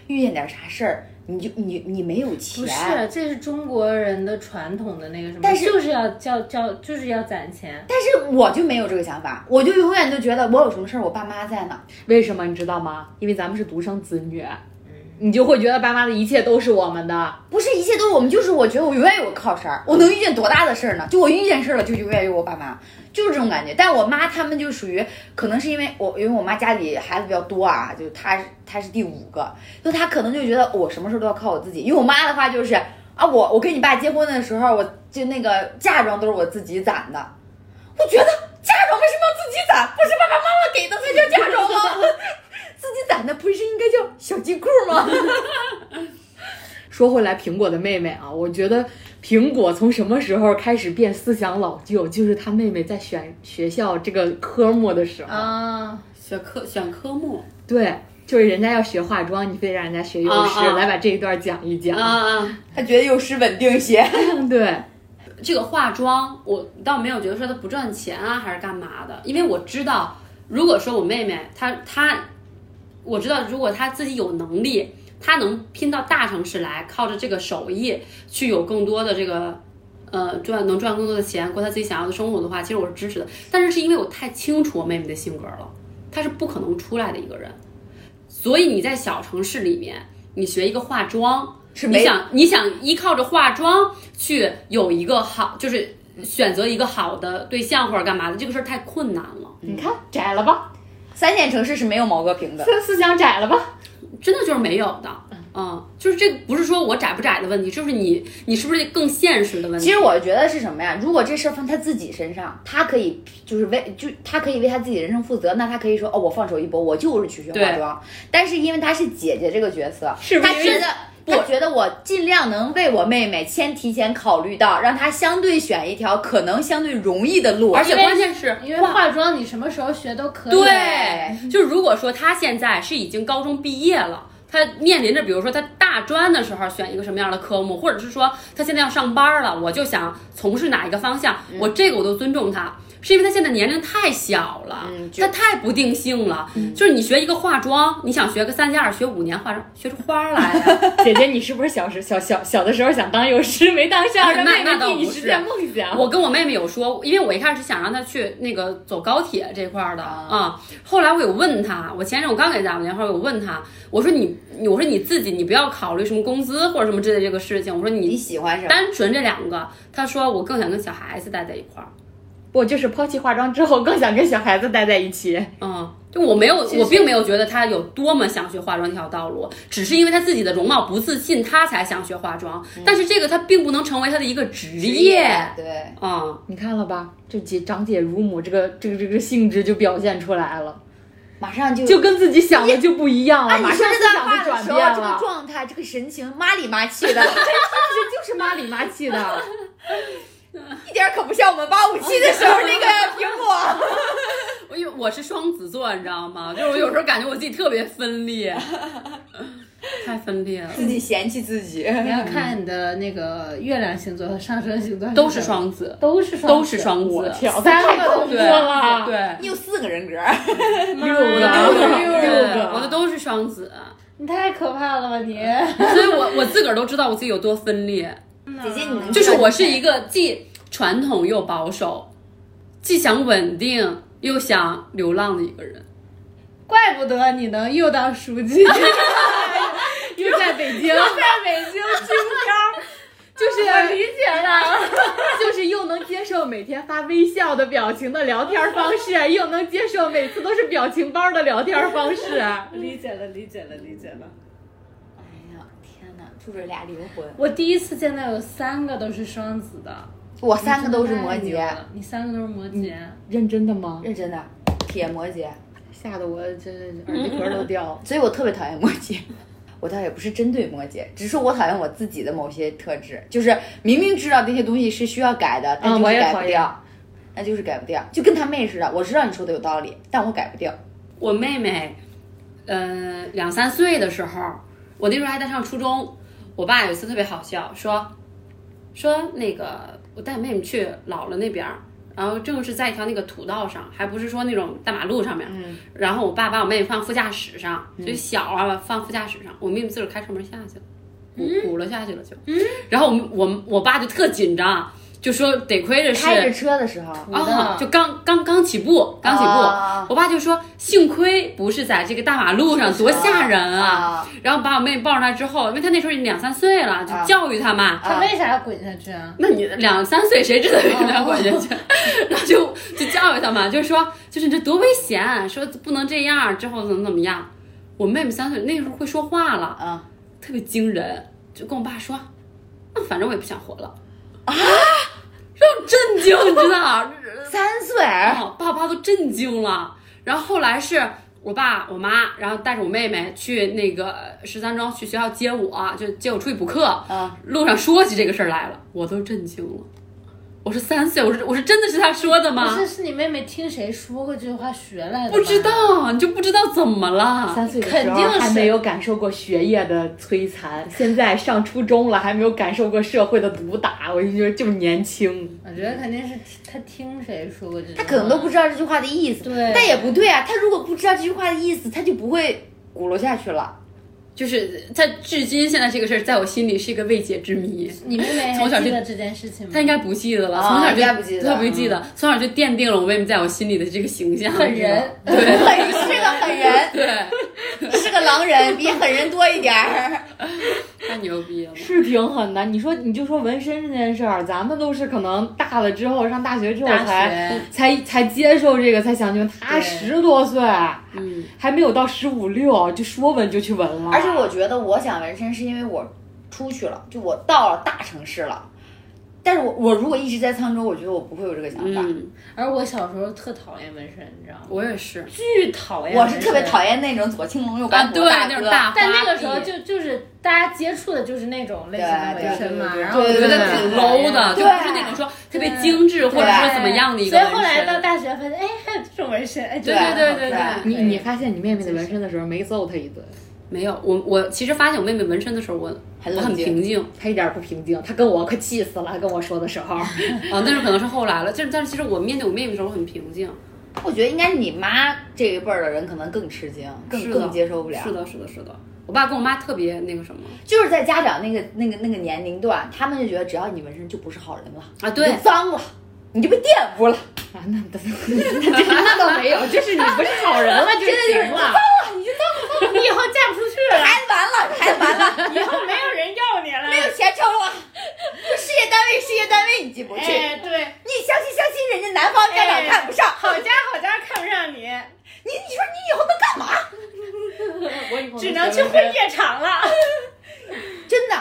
遇见点啥事儿你就你你没有钱，
不是，这是中国人的传统的那个什么，
啊但是
就是要叫叫，就是要攒钱。
但是我就没有这个想法，我就永远就觉得我有什么事儿，我爸妈在呢。
为什么你知道吗？因为咱们是独生子女，你就会觉得爸妈的一切都是我们的。
不是一切都是我们，就是我觉得我永远有个靠山儿，我能遇见多大的事儿呢？就我遇见事儿了，就永远有我爸妈，就是这种感觉。但我妈他们就属于，可能是因为我，因为我妈家里孩子比较多啊，就她是她是第五个，就她可能就觉得我什么事儿都要靠我自己。因为我妈的话就是啊，我我跟你爸结婚的时候，我就那个嫁妆都是我自己攒的，我觉得嫁妆为什么要自己攒？不是爸爸妈妈给的才叫嫁妆吗？ 自己攒的不是应该叫小金库吗？
说回来，苹果的妹妹啊，我觉得苹果从什么时候开始变思想老旧，就是她妹妹在选学校这个科目的时候，
啊，
选科选科目
对，就是人家要学化妆，你非得让人家学幼师，
啊啊
来把这一段讲一讲。
嗯
啊。
他觉得幼师稳定些。
对，
这个化妆，我倒没有觉得说它不赚钱啊，还是干嘛的，因为我知道，如果说我妹妹她她，我知道如果她自己有能力，她能拼到大城市来，靠着这个手艺去有更多的这个。呃，赚能赚更多的钱，过她自己想要的生活的话，其实我是支持的。但是是因为我太清楚我妹妹的性格了，她是不可能出来的一个人。所以你在小城市里面，你学一个化妆，
是
你
没
想你想依靠着化妆去有一个好，就是选择一个好的对象或者干嘛的，这个事儿太困难了，
你看窄了吧，
三线城市是没有毛戈平的。
思思想窄了吧？
真的就是没有的。嗯，就是这个不是说我窄不窄的问题，就是你你是不是更现实的问题。
其实我觉得是什么呀？如果这事儿放他自己身上，他可以就是为就他可以为他自己人生负责，那他可以说哦，我放手一搏，我就是去学化
对
妆。但是因为她是姐姐这个角色，
是不是
她觉得
不
她觉得我尽量能为我妹妹先提前考虑到，让她相对选一条可能相对容易的路。
而且关键
嗯
是
因为化妆你什么时候学都可以。
对，就是如果说他现在是已经高中毕业了。他面临着，比如说他大专的时候选一个什么样的科目，或者是说他现在要上班了，我就想从事哪一个方向，
嗯
我这个我都尊重他，是因为他现在年龄太小了，
嗯就嗯
他太不定性了。就是你学一个化妆，你想学个三加二，学五年化妆，学出花来啊了。
姐姐，你是不是小时小小小的时候想当幼师， 没当上，让
那
妹妹
那倒
替你
不
实
是
现梦想？
我跟我妹妹有说，因为我一开始想让她去那个走高铁这块儿的啊、后来我有问她，我前阵我刚给她打过电话，我有问她，我说你，我说你自己，你不要考虑什么工资或者什么之类的这个事情，我说
你
你
喜欢什么？
单纯这两个，她说我更想跟小孩子待在一块儿，
我就是抛弃化妆之后，更想跟小孩子待在一起。
嗯。就我没有，我并没有觉得她有多么想学化妆这条道路，只是因为她自己的容貌不自信，她才想学化妆。但是这个她并不能成为她的一个嗯职业，
对。
嗯，
你看了吧？这姐长姐如母这个这个这个性质就表现出来了。
马上就啊
就跟自己想的就不一样了，
哎按你
马
说
上
这
思
段
想
话的
就转
时
变
候，这个
了，
状态，这个神情，妈里妈气的，
这就是妈里妈气的。
一点可不像我们八五七的时候那个苹果。
我因为我是双子座，你知道吗？就是我有时候感觉我自己特别 分裂，太分裂 了。
自己嫌弃自己，
你要看你的那个月亮星座和上升星座什么
都是，双子，
都是双，
都是。双
我
子，
天，
三个
太恐怖
对
了，
对，
你有四个人格，
六个，六
对
个，
我的都是双子，
你太可怕了吧你！
所以我我自个儿都知道我自己有多分裂。
姐姐你能
就是我是一个既传统又保守，既想稳定又想流浪的一个人。
怪不得你能又当书 记，
又在北京，
在北京去
就是
理解了。
就是又能接受每天发微笑的表情的聊天方式，又能接受每次都是表情包的聊天方式。
理解了，理解了，理解了。
哎呀，天哪，住着俩灵魂，
我第一次见到有三个都是双子的，
我三个都是摩
太牛
羯，
了，你三个都是摩
嗯啊
羯，
认真的吗？
认真的，铁摩羯。
吓得我这 耳鼻壳都掉 了。
所以我特别讨厌摩羯。 我倒也不是针对摩羯，只是我讨厌我自己的某些特质，就是明明知道这些东西是需要改的，但
嗯
就是
我也
改
讨
不
厌
掉，那就是改不掉，就跟他妹似的。我知道你说的有道理，但我改不掉。
我妹妹，呃，两三岁的时候，我那时候还在上初中，我爸有一次特别好笑，说说那个我带妹妹去姥姥那边儿，然后正是在一条那个土道上，还不是说那种大马路上面，然后我爸把我妹妹放副驾驶上，就小啊放副驾驶上，我妹妹自个儿开车门下去了，鼓鼓了下去了就，然后我们我们我爸就特紧张，就说得亏着是
开着车的时候，
啊，就刚刚刚起步，刚起步，
啊
我爸就说幸亏不是在这个大马路上，多吓人啊！
啊，
然后把我妹抱上来之后，因为她那时候两三岁了，就
啊
教育她嘛。
他为啥要滚下去啊？
那你两三岁谁知道有没有管下去？然后就就教育她嘛，就是说就是你这多危险，啊说不能这样，之后怎么怎么样。我妹妹三岁那时候会说话了，
啊，
特别惊人，就跟我爸说，那反正我也不想活了啊， 让我震惊，你知道？啊
嗯三岁，
哦，爸爸都震惊了。然后后来是我爸、我妈，然后带着我妹妹去那个十三中去学校接我，就接我出去补课。
啊，
路上说起这个事儿来了，我都震惊了。我是三岁，我是我是真的是他说的
不
吗
是，？是你妹妹听谁说过这句话学来的？
啊不知，道，你就不知道怎么了。
三岁的时候还没有感受过学业的摧残，现在上初中了还没有感受过社会的毒打，我就觉得就是年轻。
我觉得肯定是他听谁说过这句话。
他可能都不知道这句话的意思，
对
但也不对啊。他如果不知道这句话的意思，他就不会 鼓楼下去 了。
就是他至今现在这个事儿，在我心里是一个未解之谜。
你妹妹
从小
还
就
记得这件事情吗？
他应该不记得了，
啊
从小就
应该不记得
他不记得，从小就奠定了我妹妹在我心里的这个形象。
狠人，
狠是个狠人，
对，
是个狼人，比狠人多一点 儿。
太牛逼了。
是挺狠的，你说你就说纹身这件事儿，咱们都是可能大了之后，上大学之后
大
才
学
才才接受这个，才想清。他
对
十多岁，
嗯，
还没有到十五六，就说纹就去纹了。
而且我觉得我想纹身是因为我出去了，就我到了大城市了。但是我我如果一直在沧州，我觉得我不会有这个想法。
嗯，
而我小时候特讨厌纹身，你知道吗？
我也是。
巨讨厌，
我是特别讨。厌那种左青龙右白
啊，
虎
对，
的大
那
哥，
种大花臂，
但那个时候就就是大家接触的就是那种类型的
对
纹身嘛，
对
然后我
我
就
觉
对
得挺 low 的，就
对
不是那种说特别精致或者说怎么样的一个
所以
纹身。
后来到大学发现，哎，还有这种纹身，哎，
对
真的
对对
好
对
看
对
你你发现你妹妹的纹身的时候没揍她一顿，
没有我我其实发现我妹妹纹身的时候，我
很
我
冷
很
静
平 静
她一点儿不平静，她跟我可气死了，她跟我说的 时候，
啊，但是可能是后来了，就是但是其实我面对我妹妹的时候我很平静，
我觉得应该是你妈这一辈儿的人可能更吃惊，更
是的
更接受不了。
是的，是的，是的。我爸跟我妈特别那个什么
就是在家长那个那个那个年龄段，他们就觉得只要你纹身就不是好人了，
啊，
你
对
就，脏了，你就被玷 污了，
啊，那那那那倒没有，就是你不是好人了，就行了。
你 以后嫁不出去了，
孩子完 了，孩子完了，
以后没有人要你
没
了。
有前程 了，事业单位事业单位你进不去，
哎，对，
你相亲相亲，人家南方家长看不上，
好家好家看不上你，
你你说你以后能干嘛？
我以后
只能去混夜场了。
真的，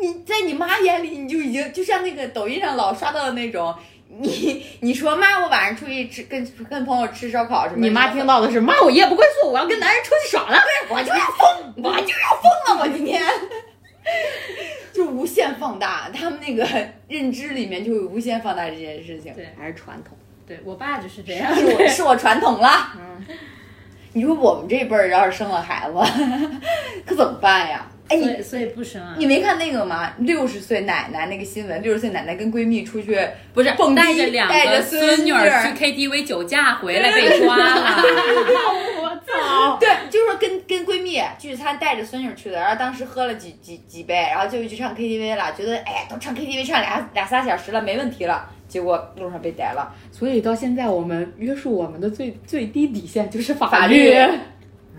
你在你妈眼里，你就已经就像那个抖音上老刷到的那种。你你说妈，我晚上出去吃跟跟朋友吃烧烤什么的？
你妈听到的是妈，我夜不归宿，我要跟男人出去耍了。
我就要疯，我就要疯了，我今天。 就无限放大，他们那个认知里面就会无限放大这件事情。
对
还是传统，
对我爸就是这样，
是我是我传统了。你说我们这辈儿要是生了孩子，可怎么办呀？哎，
所
你
以所以不生啊。
你没看那个吗？六十岁奶奶那个新闻，六十岁奶奶跟闺蜜出去
不是
蹦迪
带着两
带
个
着孙
孙
女
女
儿
儿去 KTV 酒驾回来被抓 了，
对，就是说跟跟闺蜜聚餐，带着孙女去的，然后当时喝了几几几杯，然后就去唱 KTV 了，觉得哎呀，都唱 KTV 唱俩俩仨小时了，没问题了。结果路上被逮了，
所以到现在，我们约束我们的最最低底线就是
法
律，
律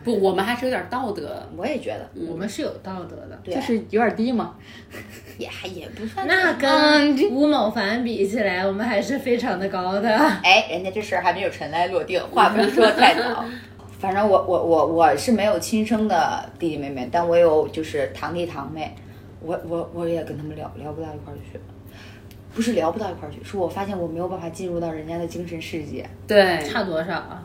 不，我们还是有点道德。
我也觉得
我们是有道德的。
对
就是有点低嘛。
也还也不算
那跟吴某凡比起来，我们还是非常的高的。
哎，人家这事儿还没有尘埃落定，话不能说太早。反正我我我我是没有亲生的弟弟妹妹，但我有就是堂弟堂妹，我我我也跟他们聊聊不到一块儿去，不是聊不到一块儿去，是我发现我没有办法进入到人家的精神世界。
对，
差多少啊？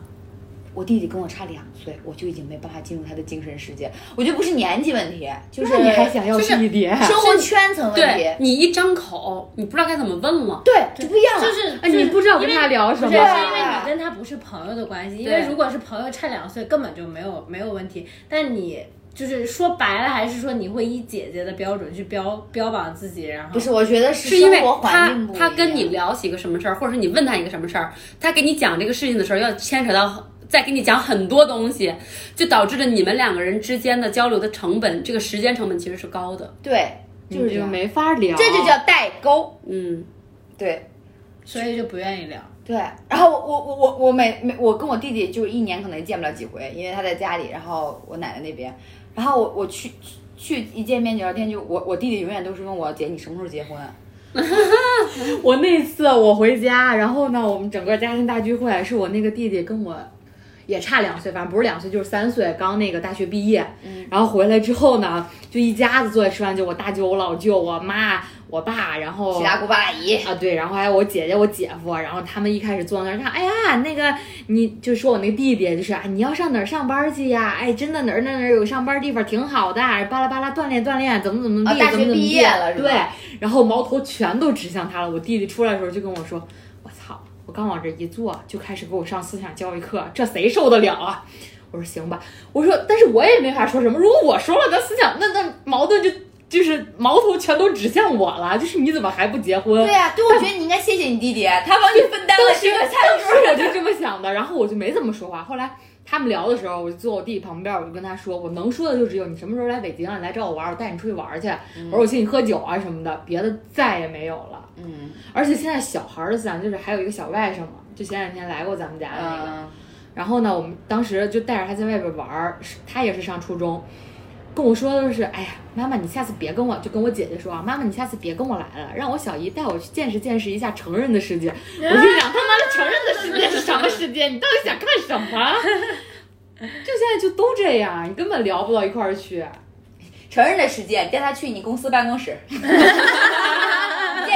我弟弟跟我差两岁，我就已经没办法进入他的精神世界。我觉得不是年纪问题，就是
那你还想要弟弟？
生活圈层问题
对，你一张口，你不知道该怎么问了。
对，就不一样了。
就是
哎，你不知道跟他聊什
不
么
是，是因
对
为你跟他不是朋友的关系，因为
对
如果是朋友，差两岁根本就没有没有问题。但你就是说白了，还是说你会以姐姐的标准去标标榜自己，然后
不是，我觉得是
是因为
生活环
他
境不一
他
样
跟你聊起一个什么事儿，或者是你问他一个什么事儿，他给你讲这个事情的时候，要牵扯到再给你讲很多东西，就导致了你们两个人之间的交流的成本，这个时间成本其实是高的。
对，就是
你
这
就
样，
没法聊。
这就叫代沟。
嗯，
对，
所以就不愿意聊。
对，然后我我我我每每我跟我弟弟就是一年可能也见不了几回，因为他在家里，然后我奶奶那边，然后我我去去一见面就聊天，就我我弟弟永远都是问我姐你什么时候结婚，啊
我那次我回家，然后呢，我们整个家庭大聚会，是我那个弟弟跟我也差两岁，反正不是两岁就是三岁，刚那个大学毕业。
嗯
然后回来之后呢，就一家子坐在吃饭，就我大舅、我老舅、我妈、我爸，然后
七大姑八大姨，
啊，对，然后还有我姐姐、我姐夫，啊然后他们一开始坐那儿看，哎呀，那个你就说我那个弟弟，就是啊，你要上哪儿上班去呀？哎，真的哪儿哪儿哪儿有个上班地方挺好的，巴拉巴拉锻炼锻炼，怎么怎么地，
啊大学
怎么怎么
毕
地
业了是吧
对，然后矛头全都指向他了。我弟弟出来的时候就跟我说，我操，我刚往这一坐就开始给我上思想教育课，这谁受得了啊？我说行吧，我说但是我也没法说什么，如果我说了，咱思想那那矛盾就。就是矛头全都指向我了，就是你怎么还不结婚？
对呀、对，我觉得你应该谢谢你弟弟，他帮你分担了这个
当时
餐桌。
我就这么想的，然后我就没怎么说话。后来他们聊的时候，我就坐我弟旁边，我就跟他说，我能说的就只有你什么时候来北京啊，来找我玩，我带你出去玩去，我说我请你喝酒啊什么的，别的再也没有了。
嗯
而且现在小孩儿的思想就是还有一个小外甥嘛，就前两天来过咱们家的那个，
嗯，
然后呢，我们当时就带着他在外边玩儿，是他也是上初中，跟我说的是，哎呀，妈妈，你下次别跟我，就跟我姐姐说啊，妈妈，你下次别跟我来了，让我小姨带我去见识见识一下成人的世界。我就想，他妈的成人的世界是什么世界？你到底想干什么？就现在就都这样，你根本聊不到一块儿去。
成人的世界，带他去你公司办公室， 见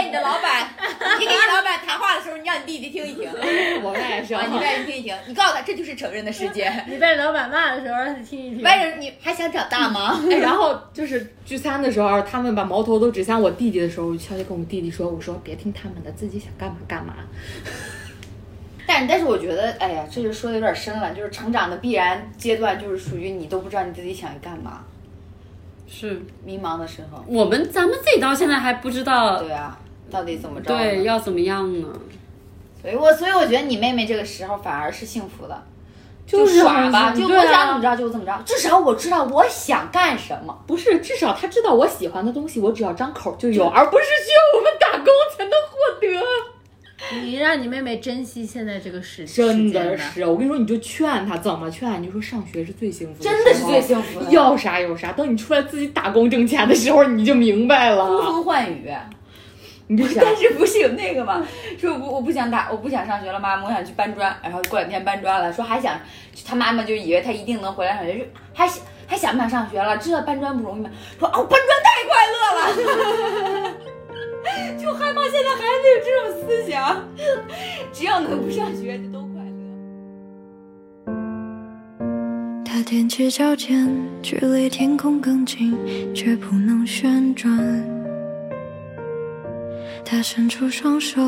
你的老板，你跟你老板谈话的时候，你让你弟弟听一听，
我们俩 也是啊
啊，，你让你听一听，你告诉他这就是成人的世界。
你被老板骂的时候，让他听一听。
外人，你还想长大吗？
哎，然后就是聚餐的时候，他们把矛头都指向我弟弟的时候，我就悄悄跟我弟弟说：“我说别听他们的，自己想干嘛干嘛。”
但但是我觉得，哎呀，这就说的有点深了，就是成长的必然阶段，就是属于你都不知道你自己想干嘛，
是
迷茫的时候。
我们咱们自己到现在还不知道
对啊，到底怎么着？
对，要怎么样呢？
所以我所以我觉得你妹妹这个时候反而是幸福的，就
就是
耍吧，
很
就
对
我
啊
想怎么着就怎么着，至少我知道我想干什么。
不是，至少他知道我喜欢的东西，我只要张口就有，而不是需要我们打工才能获得。
你让你妹妹珍惜现在这个时
真
时
的
间吧
是，我跟你说，你就劝他，怎么劝？你就说上学是最幸福的时候，
真的是最幸福的
要啥有啥。等你出来自己打工挣钱的时候，你就明白
呼
了。
风唤 雨，
你就想，
但是不是有那个吗？说我不我不想打，我不想上学了，妈妈，我想去搬砖。然后过两天搬砖了，说还想，他妈妈就以为他一定能回来上学，就还想还想哦不想上学了？知道搬砖不容易吗？说啊，我搬砖太快乐了。 就害怕现在孩子有这种思想，只要能不上学就都快乐。
它踮起脚尖，距离天空更近，却不能旋转。它伸出双手，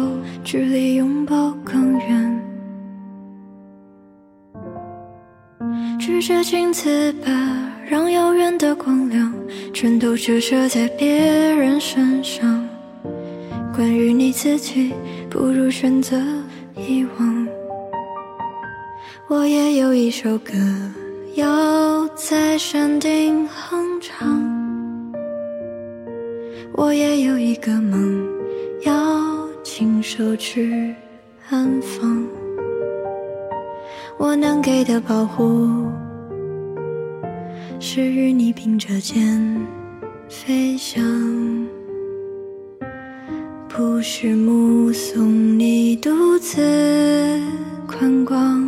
距离拥抱更远。举着镜子吧，让遥远的光亮全都折射在别人身上。关于你自己，不如选择遗忘。我也有一首歌，要在山顶哼唱。我也有一个梦，要亲手去安放。我能给的保护，是与你并着肩飞翔，不是目送你独自观光。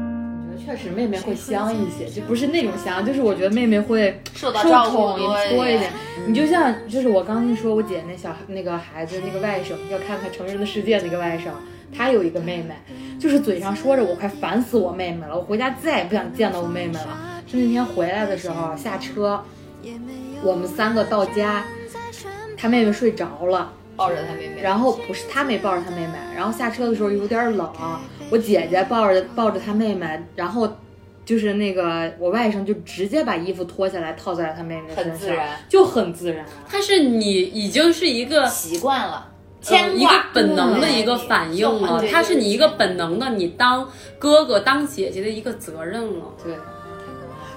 我觉得确实妹妹会香一些，就不是那种香，就是我觉得妹妹会
受到
受
照
宠
顾
也多一点。你就像就是我刚跟你说，我姐那小孩那个孩子那个外甥，要看看《成人的世界》那个外甥，他有一个妹妹，就是嘴上说着我快烦死我妹妹了，我回家再也不想见到我妹妹了。就那天回来的时候啊下车，我们三个到家，他妹妹睡着了。
抱着他妹妹，
然后不是他没抱着他妹妹，然后下车的时候有点冷，我姐姐抱着抱着他妹妹，然后就是那个我外甥就直接把衣服脱下来套在了他妹妹身上，
很自然
就很自然。
但是你已经是一个
习惯了，
呃
牵
一个
挂
本能的一个反应
嗯
了
对，
它是你一个本能的，你当哥哥当姐姐的一个责任了。
对，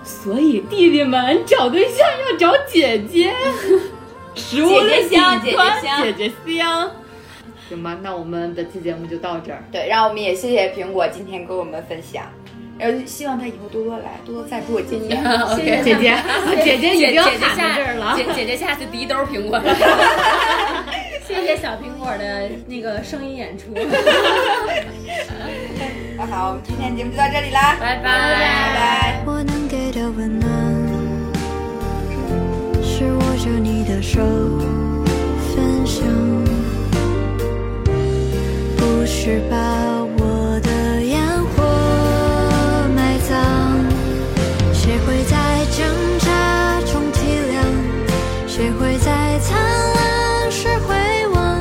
所以弟弟们找对象要找姐姐，食物
姐
的
姐香
喜
姐
欢
姐香
姐姐香。行吧，那我们本期节目就到这儿。
对，让我们也谢谢苹果今天跟我们分享，然后希望他以后多多来，多多赞助我姐姐。
OK，
姐姐，姐姐已
姐
经
姐
喊到
下
这儿了。
姐姐姐下次第一兜苹果。
谢谢小苹果的那个声音演出。
那好，我们今天节目就到这里啦，
拜拜
拜拜
我能给的温暖，是握着你的手分享，不是把我的烟火埋葬。谁会在挣扎中体谅？谁会在灿烂时回望？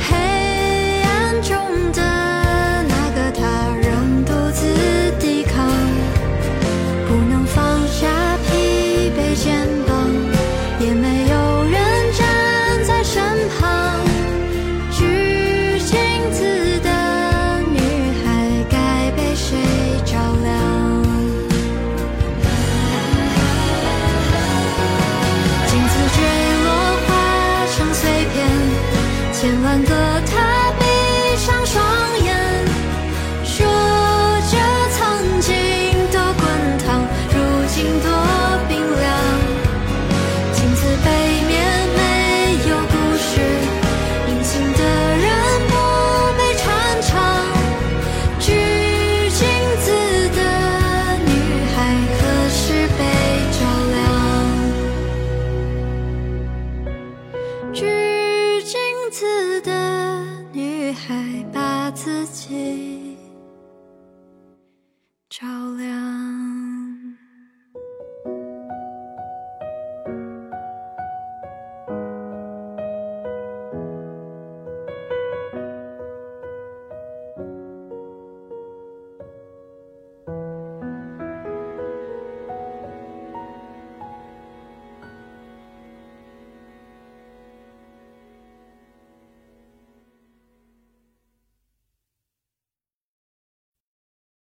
黑暗中的那个他仍独自抵抗。不能放